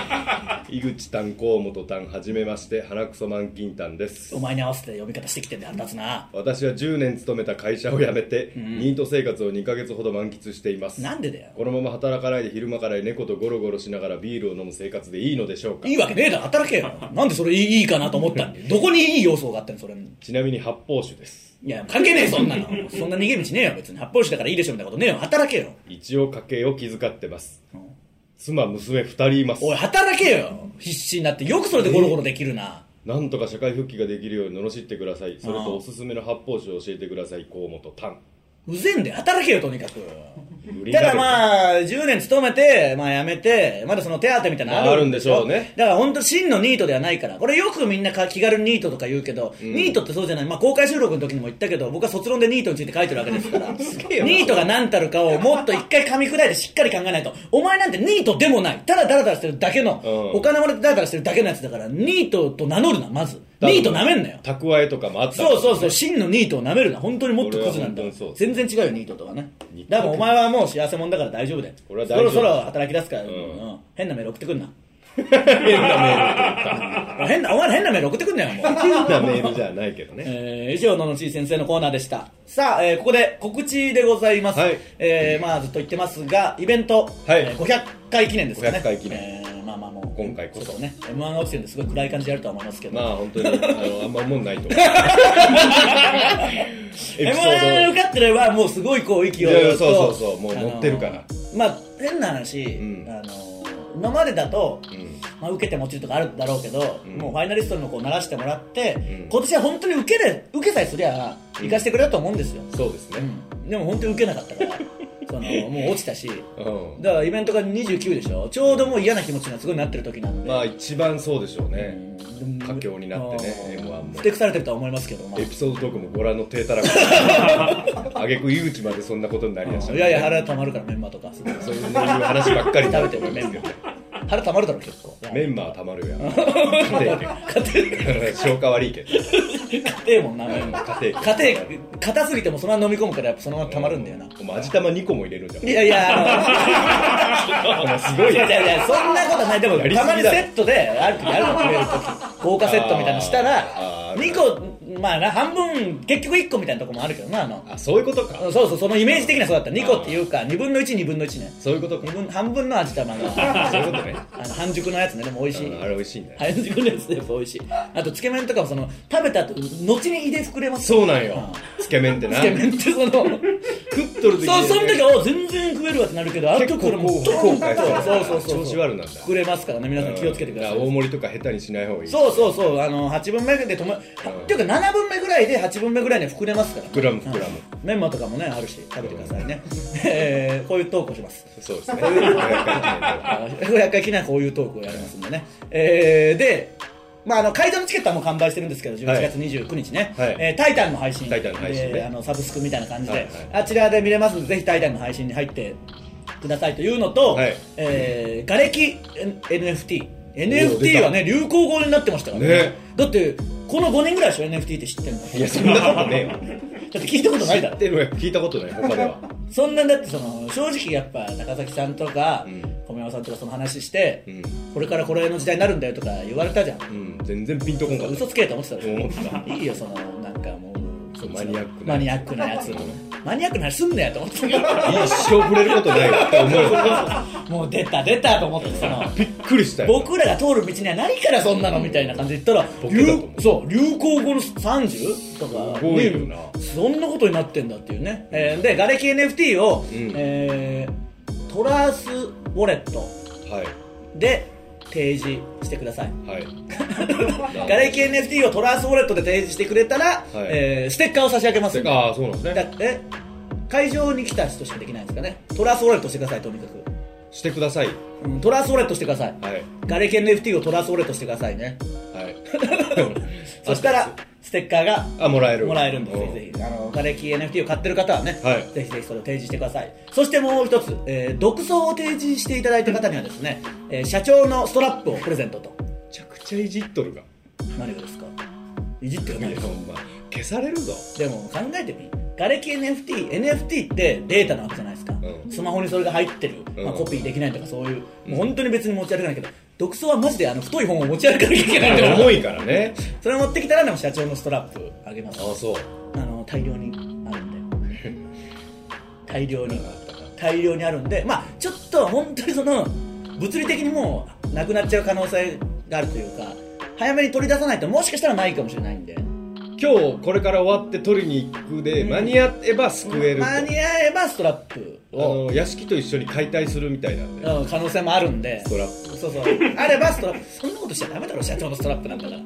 [SPEAKER 3] 井口炭河本炭はじめまして鼻くそ満金炭です
[SPEAKER 2] お前に合わせて呼び方してきてんだよ腹立つな
[SPEAKER 3] 私は10年勤めた会社を辞めて、ニート生活を2ヶ月ほど満喫しています
[SPEAKER 2] なんでだよ
[SPEAKER 3] このまま働かないで昼間から猫とゴロゴロしながらビールを飲む生活でいいのでしょうか
[SPEAKER 2] いいわけねえだろ働けよなんでそれいいいいかなと思ったんでどこにいい要素があったのそれに
[SPEAKER 3] ちなみに発泡酒です
[SPEAKER 2] いや関係ねえよそんなのそんな逃げ道ねえよ別に八方酒だからいいでしょみたいなことねえよ働けよ
[SPEAKER 3] 一応家計を気遣ってます、妻娘2人います
[SPEAKER 2] おい働けよ必死になってよくそれでゴロゴロできるな、
[SPEAKER 3] なんとか社会復帰ができるように罵ってくださいそれ
[SPEAKER 2] ああ
[SPEAKER 3] とおすすめの発泡酒を教えてください河本丹
[SPEAKER 2] うぜえんで働けよとにかく
[SPEAKER 3] 無理
[SPEAKER 2] た
[SPEAKER 3] だろ
[SPEAKER 2] だまあ10年勤めて、まあ、辞めてまだその手当みたいなの
[SPEAKER 3] あるんでしょうね
[SPEAKER 2] だから本当真のニートではないからこれよくみんなか気軽にニートとか言うけど、ニートってそうじゃない、まあ、公開収録の時にも言ったけど僕は卒論でニートについて書いてるわけですから
[SPEAKER 3] えよな
[SPEAKER 2] ニートが何たるかをもっと一回噛み砕いてしっかり考えないとお前なんてニートでもないただダラダラしてるだけの、
[SPEAKER 3] うん
[SPEAKER 2] お金もらってダラダラしてるだけのやつだからニートと名乗るなまず
[SPEAKER 3] だから
[SPEAKER 2] ニートなめんなよ
[SPEAKER 3] 蓄えとかもあった
[SPEAKER 2] そうそうそう真のニートを舐めるな本当にもっとクズなんだ
[SPEAKER 3] 俺は本当にそう
[SPEAKER 2] 全然違うよニートとはね
[SPEAKER 3] ニート
[SPEAKER 2] だからお前はもう幸せ者だから大丈夫だよ
[SPEAKER 3] 俺は大丈夫
[SPEAKER 2] そろそろ働き出すから、
[SPEAKER 3] ん
[SPEAKER 2] うん変なメール送ってくんな
[SPEAKER 3] 変なメ
[SPEAKER 2] 変なお前ら変なメール送ってくんなよもう
[SPEAKER 3] ール変なメールじゃないけどね
[SPEAKER 2] えー以上ののちい先生のコーナーでしたさあ、えーここで告知でございます、
[SPEAKER 3] はい
[SPEAKER 2] えーまあずっと言ってますがイベント、
[SPEAKER 3] はい
[SPEAKER 2] えー500回記念ですかね
[SPEAKER 3] 500回記念
[SPEAKER 2] えーまあまあもう
[SPEAKER 3] 今回こそ
[SPEAKER 2] ちょっとね m 1が落ちてるんですごい暗い感じでやるとは思いますけど、
[SPEAKER 3] まあ本当にあのあんまもんない と思うエピソ
[SPEAKER 2] M1
[SPEAKER 3] ー
[SPEAKER 2] 受かってればもうすごいこう勢いよ
[SPEAKER 3] いやい
[SPEAKER 2] と
[SPEAKER 3] やそうそうそうもう乗ってるから
[SPEAKER 2] あのーまあ変な話、
[SPEAKER 3] ん
[SPEAKER 2] あのー今までだと、
[SPEAKER 3] ん
[SPEAKER 2] まあ、受けてもちるとかあるだろうけど、
[SPEAKER 3] ん
[SPEAKER 2] もうファイナリストの子を鳴らしてもらって、
[SPEAKER 3] ん
[SPEAKER 2] 今年は本当に受けれ受けさえすりゃ行かしてくれたと思うんですよ、
[SPEAKER 3] ドそうですね
[SPEAKER 2] でも本当に受けなかったか らそのもう落ちたし
[SPEAKER 3] うん
[SPEAKER 2] だからイベントが29でしょちょうどもう嫌な気持ちがすごいなってる時なんで、
[SPEAKER 3] まあ一番そうでしょうね
[SPEAKER 2] うん
[SPEAKER 3] 佳境になってね
[SPEAKER 2] あー
[SPEAKER 3] M1 も
[SPEAKER 2] ふてくされてるとは思いますけど、まあ
[SPEAKER 3] エピソードトークもご覧の低 たらくあげく井口までそんなことになりだした
[SPEAKER 2] いやいや腹たまるからメンマとかすごい
[SPEAKER 3] そういう話ばっかり
[SPEAKER 2] 食べてるメンマ腹たまるだろ結構
[SPEAKER 3] メンマはたま るやん家
[SPEAKER 2] 家庭
[SPEAKER 3] 庭で消化悪いけど
[SPEAKER 2] 家庭もんなメンマ
[SPEAKER 3] 家庭
[SPEAKER 2] 家庭硬すぎてもそのまま飲み込むからやっぱそのままたまるんだよな
[SPEAKER 3] お前味玉2個も入れるんじゃん
[SPEAKER 2] いやいや
[SPEAKER 3] お前す
[SPEAKER 2] あの
[SPEAKER 3] ごい
[SPEAKER 2] い
[SPEAKER 3] や
[SPEAKER 2] やいやいやそんなことはないでも
[SPEAKER 3] やりすぎ
[SPEAKER 2] たま
[SPEAKER 3] だ
[SPEAKER 2] にセットである時あるのくれる時豪華セットみたいなのした
[SPEAKER 3] あー
[SPEAKER 2] ら
[SPEAKER 3] あー
[SPEAKER 2] 2個まあな半分結局1個みたいなとこもあるけどなあの
[SPEAKER 3] あそういうことか
[SPEAKER 2] そうそうそのイメージ的にはそうだった2個っていうか2分の12分の1ね
[SPEAKER 3] そういうこと
[SPEAKER 2] 二
[SPEAKER 3] か
[SPEAKER 2] 分半分の味玉が
[SPEAKER 3] そういうことね
[SPEAKER 2] あの半熟のやつねでも美味しい
[SPEAKER 3] うんあれ美味しいんだよ
[SPEAKER 2] 半熟のやつでやっぱ美味しいあとつけ麺とかもその食べた後後に胃で膨れます
[SPEAKER 3] そうなんよつけ麺ってな
[SPEAKER 2] つけ麺ってその
[SPEAKER 3] 食っとる時
[SPEAKER 2] そうその時
[SPEAKER 3] は
[SPEAKER 2] はお全然食えるわってなるけどあの
[SPEAKER 3] 結
[SPEAKER 2] 時
[SPEAKER 3] 構
[SPEAKER 2] からも
[SPEAKER 3] こ
[SPEAKER 2] う
[SPEAKER 3] う
[SPEAKER 2] ドーンとそうそうそう
[SPEAKER 3] 調子悪なんだ
[SPEAKER 2] 膨れますからね皆さん気をつけてくださ
[SPEAKER 3] うん大
[SPEAKER 2] い
[SPEAKER 3] 盛りとか下手にしない方がいい
[SPEAKER 2] そうそうそうあの8分目で止まっていうか7分目ぐらいで8分目ぐらいに膨れますから
[SPEAKER 3] 膨らむ膨らむ
[SPEAKER 2] うんメンマとかもねあるし食べてください ねえーこういう投稿します
[SPEAKER 3] そうです ねは
[SPEAKER 2] 500回記念はこういうトークをやりますんでね、えーで、まあ、あの会場のチケットはもう完売してるんですけど11月29日ね「
[SPEAKER 3] はい
[SPEAKER 2] えータイタン」の配信
[SPEAKER 3] タイタンの配信ね
[SPEAKER 2] であのサブスクみたいな感じで、
[SPEAKER 3] はいはい
[SPEAKER 2] あちらで見れますのでぜひ「タイタン」の配信に入ってくださいというのと、
[SPEAKER 3] はい
[SPEAKER 2] えー、瓦礫 NFT
[SPEAKER 3] おー出
[SPEAKER 2] NFT
[SPEAKER 3] た
[SPEAKER 2] はね流行語になってましたからね
[SPEAKER 3] ね
[SPEAKER 2] だってこの5年ぐらいでしょ NFT って知ってんの
[SPEAKER 3] いいやそんなことねえわ
[SPEAKER 2] だって聞いたことないだろ
[SPEAKER 3] でも聞いたことない他では
[SPEAKER 2] そんなだってその正直やっぱ高崎さんとか
[SPEAKER 3] うん
[SPEAKER 2] 小宮山さんとかその話して、
[SPEAKER 3] うん
[SPEAKER 2] これからこれの時代になるんだよとか言われたじゃん、
[SPEAKER 3] うん全然ピンとこんかった
[SPEAKER 2] 嘘つけと思ってたでしょ
[SPEAKER 3] 思ってた
[SPEAKER 2] いいよそのなんかもう
[SPEAKER 3] そうマニアックな
[SPEAKER 2] マニアックなやつマニアックな話すんだよと思って
[SPEAKER 3] 一生触れることないわって思うよ
[SPEAKER 2] もう出た出たと思ってその
[SPEAKER 3] びっくりしたよ
[SPEAKER 2] 僕らが通る道にはないからそんなのみたいな感じで言ったら
[SPEAKER 3] ボケだと思
[SPEAKER 2] 流
[SPEAKER 3] う
[SPEAKER 2] そう流行語の30とか
[SPEAKER 3] すごいよな
[SPEAKER 2] そんなことになってんだっていうね、えーで瓦礫 NFT を、
[SPEAKER 3] ん
[SPEAKER 2] えートラースウォレット
[SPEAKER 3] はい
[SPEAKER 2] で提示してください
[SPEAKER 3] はい
[SPEAKER 2] 瓦礫 NFT をトラースウォレットで提示してくれたら、えーステッカーを差し上げますんで
[SPEAKER 3] ああそうなんで
[SPEAKER 2] だ
[SPEAKER 3] すね
[SPEAKER 2] って会場に来た人しかできないんですかねトラースウォレットしてくださいとにかく、
[SPEAKER 3] してください
[SPEAKER 2] うん、トラースウォレットしてください
[SPEAKER 3] はい
[SPEAKER 2] 瓦礫 NFT をトラースウォレットしてくださいね
[SPEAKER 3] はい
[SPEAKER 2] そしたらステッカーが
[SPEAKER 3] あもらえる
[SPEAKER 2] もらえるんで
[SPEAKER 3] う
[SPEAKER 2] ぜひぜひあの瓦礫 NFT を買ってる方はね、
[SPEAKER 3] はい
[SPEAKER 2] ぜひぜひそれを提示してくださいそしてもう一つ、えー独走を提示していただいた方にはですね、えー社長のストラップをプレゼントと
[SPEAKER 3] めちゃくちゃいじっとるが
[SPEAKER 2] 何がですかいじってる
[SPEAKER 3] い
[SPEAKER 2] ね
[SPEAKER 3] やほんま消されるぞ
[SPEAKER 2] でも考えてみ瓦礫 NFT NFT ってデータなわけじゃないですか、
[SPEAKER 3] うん
[SPEAKER 2] スマホにそれが入ってる、
[SPEAKER 3] うん
[SPEAKER 2] まあ、コピーできないとかそういう、もう本当に別に持ち歩かないけど独走はマジであの太い本を持ち歩かなきゃいけないから
[SPEAKER 3] 重いからね
[SPEAKER 2] それ持ってきたらでも社長のストラップあげます
[SPEAKER 3] ああそう
[SPEAKER 2] あの大量にあるんで 大量に大量にあるんでまあちょっと本当にその物理的にもうなくなっちゃう可能性があるというか早めに取り出さないともしかしたらないかもしれないんで
[SPEAKER 3] 今日これから終わって取りに行くで、間に合えば救えると
[SPEAKER 2] 間に合えばストラップ
[SPEAKER 3] あ
[SPEAKER 2] を
[SPEAKER 3] の屋敷と一緒に解体するみたいなんで
[SPEAKER 2] うん可能性もあるんで
[SPEAKER 3] ストラップ
[SPEAKER 2] そうそうあればストラップそんなことしちゃダメだろ社長のストラップなんだから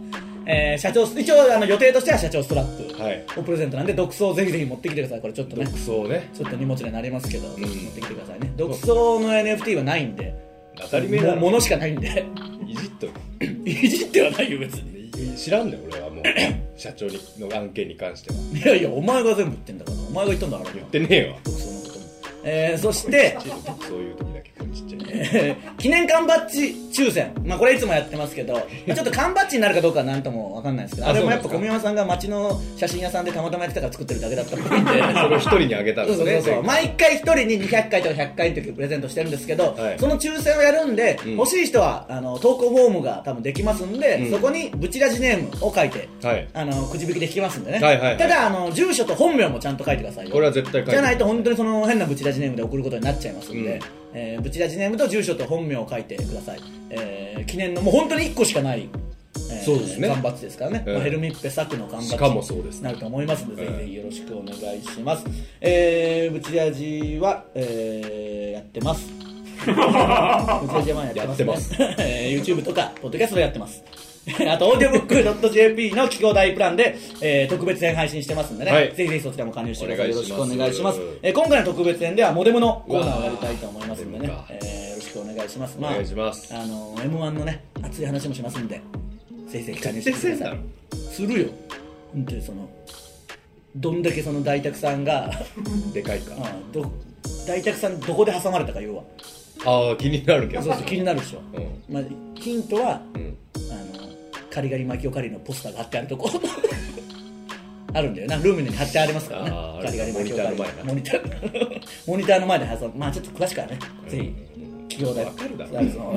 [SPEAKER 2] えー、社長一応あの予定としては社長ストラップ
[SPEAKER 3] はい
[SPEAKER 2] をプレゼントなんで、独走をぜひぜひ持ってきてくださいこれちょっとね
[SPEAKER 3] 独走ね
[SPEAKER 2] ちょっと荷物になりますけど、持ってきてくださいね。独走の NFT はないんで、
[SPEAKER 3] 当たり前だ
[SPEAKER 2] もうも
[SPEAKER 3] ろ
[SPEAKER 2] のしかないん で、
[SPEAKER 3] いじっとる
[SPEAKER 2] いじってはないよ、別に。
[SPEAKER 3] 知らんね俺は もう社長の案件に関しては
[SPEAKER 2] や
[SPEAKER 3] い
[SPEAKER 2] いや、お前が全部言ってんだから、お前が言ったんだから、
[SPEAKER 3] 言ってねえわ
[SPEAKER 2] 独走のことも。えー、そして、
[SPEAKER 3] そういう時だけこれちっちゃい
[SPEAKER 2] えー記念缶バッジ抽選、まあ、これいつもやってますけ ど、まあちょっと缶バッジになるかどうかはなんともわかんないですけど、
[SPEAKER 3] あ
[SPEAKER 2] あれもやっぱ
[SPEAKER 3] そう
[SPEAKER 2] 小
[SPEAKER 3] なんです
[SPEAKER 2] 宮山さんが街の写真屋さんでたまたまやってたから作ってるだけだったっぽいんで。
[SPEAKER 3] それを一人にあげたん
[SPEAKER 2] そ
[SPEAKER 3] で
[SPEAKER 2] うそうそ
[SPEAKER 3] す
[SPEAKER 2] う
[SPEAKER 3] ね
[SPEAKER 2] そう毎回一人に200回とか100回というプレゼントしてるんですけど、
[SPEAKER 3] はい
[SPEAKER 2] その抽選をやるんで、
[SPEAKER 3] うん
[SPEAKER 2] 欲しい人はあの投稿フォームが多分できますんで、
[SPEAKER 3] うん
[SPEAKER 2] そこにブチラジネームを書いて、
[SPEAKER 3] はい
[SPEAKER 2] あのくじ引きで引きますんでね、
[SPEAKER 3] はいはいはい
[SPEAKER 2] ただあの住所と本名もちゃんと書いてくださいよ
[SPEAKER 3] これは絶対書いて
[SPEAKER 2] じゃないと本当にその変なブチラジネームで送ることになっちゃいますんで、
[SPEAKER 3] うん
[SPEAKER 2] えーブチラジネームと住所と本名を書いてください、えー記念のもう本当に1個しかない、えー
[SPEAKER 3] そうですね
[SPEAKER 2] 缶バッジですからね、
[SPEAKER 3] うん
[SPEAKER 2] まあヘルミッペ作の缶バッジ
[SPEAKER 3] しかもそうです
[SPEAKER 2] なると思いますので、
[SPEAKER 3] うん
[SPEAKER 2] ぜひぜひよろしくお願いします。えー、ブチラジは、えー、やって ます。ブチラジはまあやってます、ね。えー YouTube とか、ポッドキャストでやってます。 あと、オーディオブック .jp の企業大プランで、えー、特別編配信してますんでね、
[SPEAKER 3] はい
[SPEAKER 2] ぜひぜひそちらも加入してくだ
[SPEAKER 3] お
[SPEAKER 2] さい。
[SPEAKER 3] 願い
[SPEAKER 2] よ
[SPEAKER 3] し
[SPEAKER 2] ろ
[SPEAKER 3] ま
[SPEAKER 2] し
[SPEAKER 3] す
[SPEAKER 2] くお願いします。えー、今回の特別編では、モデムのコーナーをやりたいと思いますんでね
[SPEAKER 3] うわ、ー
[SPEAKER 2] えー、よろしくお願いします。まあ、
[SPEAKER 3] お願いします
[SPEAKER 2] あの、M1 のね、熱い話もしますんで、ぜひぜひ加入して
[SPEAKER 3] 先
[SPEAKER 2] くだ
[SPEAKER 3] 生
[SPEAKER 2] さ
[SPEAKER 3] だろ
[SPEAKER 2] い。するよ本当にそのどんだけその大沢さんが
[SPEAKER 3] でかいか
[SPEAKER 2] あど大沢さんどこで挟まれたか要は
[SPEAKER 3] ああ気になるけど
[SPEAKER 2] そうそう気になるでしょ、
[SPEAKER 3] う
[SPEAKER 2] まあ、ヒントは
[SPEAKER 3] うん
[SPEAKER 2] あのカリガリマキオカリのポスターが貼ってあるとこ あるんだよなルーミネに貼ってありますからね
[SPEAKER 3] あーあれ
[SPEAKER 2] カリガリマキオカリ
[SPEAKER 3] モ
[SPEAKER 2] モニターの前モニター の前で挟むまあちょっと詳しくはね、ぜひ企業大
[SPEAKER 3] わかるだろ
[SPEAKER 2] あのその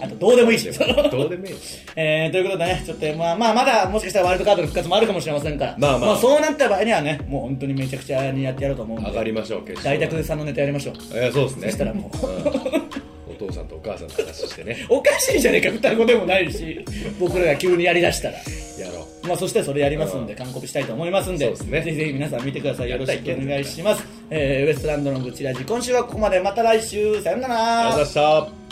[SPEAKER 2] あとどうでも いいしそ の
[SPEAKER 3] どうでもいいよ
[SPEAKER 2] えー、ということでね、ちょっと、まあ、まあ、まだもしかしたらワイルドカードの復活もあるかもしれませんから、
[SPEAKER 3] まあまあ
[SPEAKER 2] そうなった場合にはね、もう本当にめちゃくちゃにやってやろうと思うんで、
[SPEAKER 3] 上がりましょう決勝
[SPEAKER 2] 大宅さんのネタやりましょう。
[SPEAKER 3] えーそうですね
[SPEAKER 2] そしたらもう
[SPEAKER 3] うんお父さんとお母さんの話してね
[SPEAKER 2] おかしいじゃねえか、双子でもないし、僕らが急にやりだしたら。
[SPEAKER 3] やろう
[SPEAKER 2] まあ、そしてそれやりますんで、完コピしたいと思いますんで、
[SPEAKER 3] そうですね
[SPEAKER 2] ぜひぜひ皆さん見てください。よろしくお願
[SPEAKER 3] や
[SPEAKER 2] い
[SPEAKER 3] ったらいけ
[SPEAKER 2] します。えー、ウエストランドのブチラジ、今週はここまで。また来週、さようなら。
[SPEAKER 3] ありがとうございました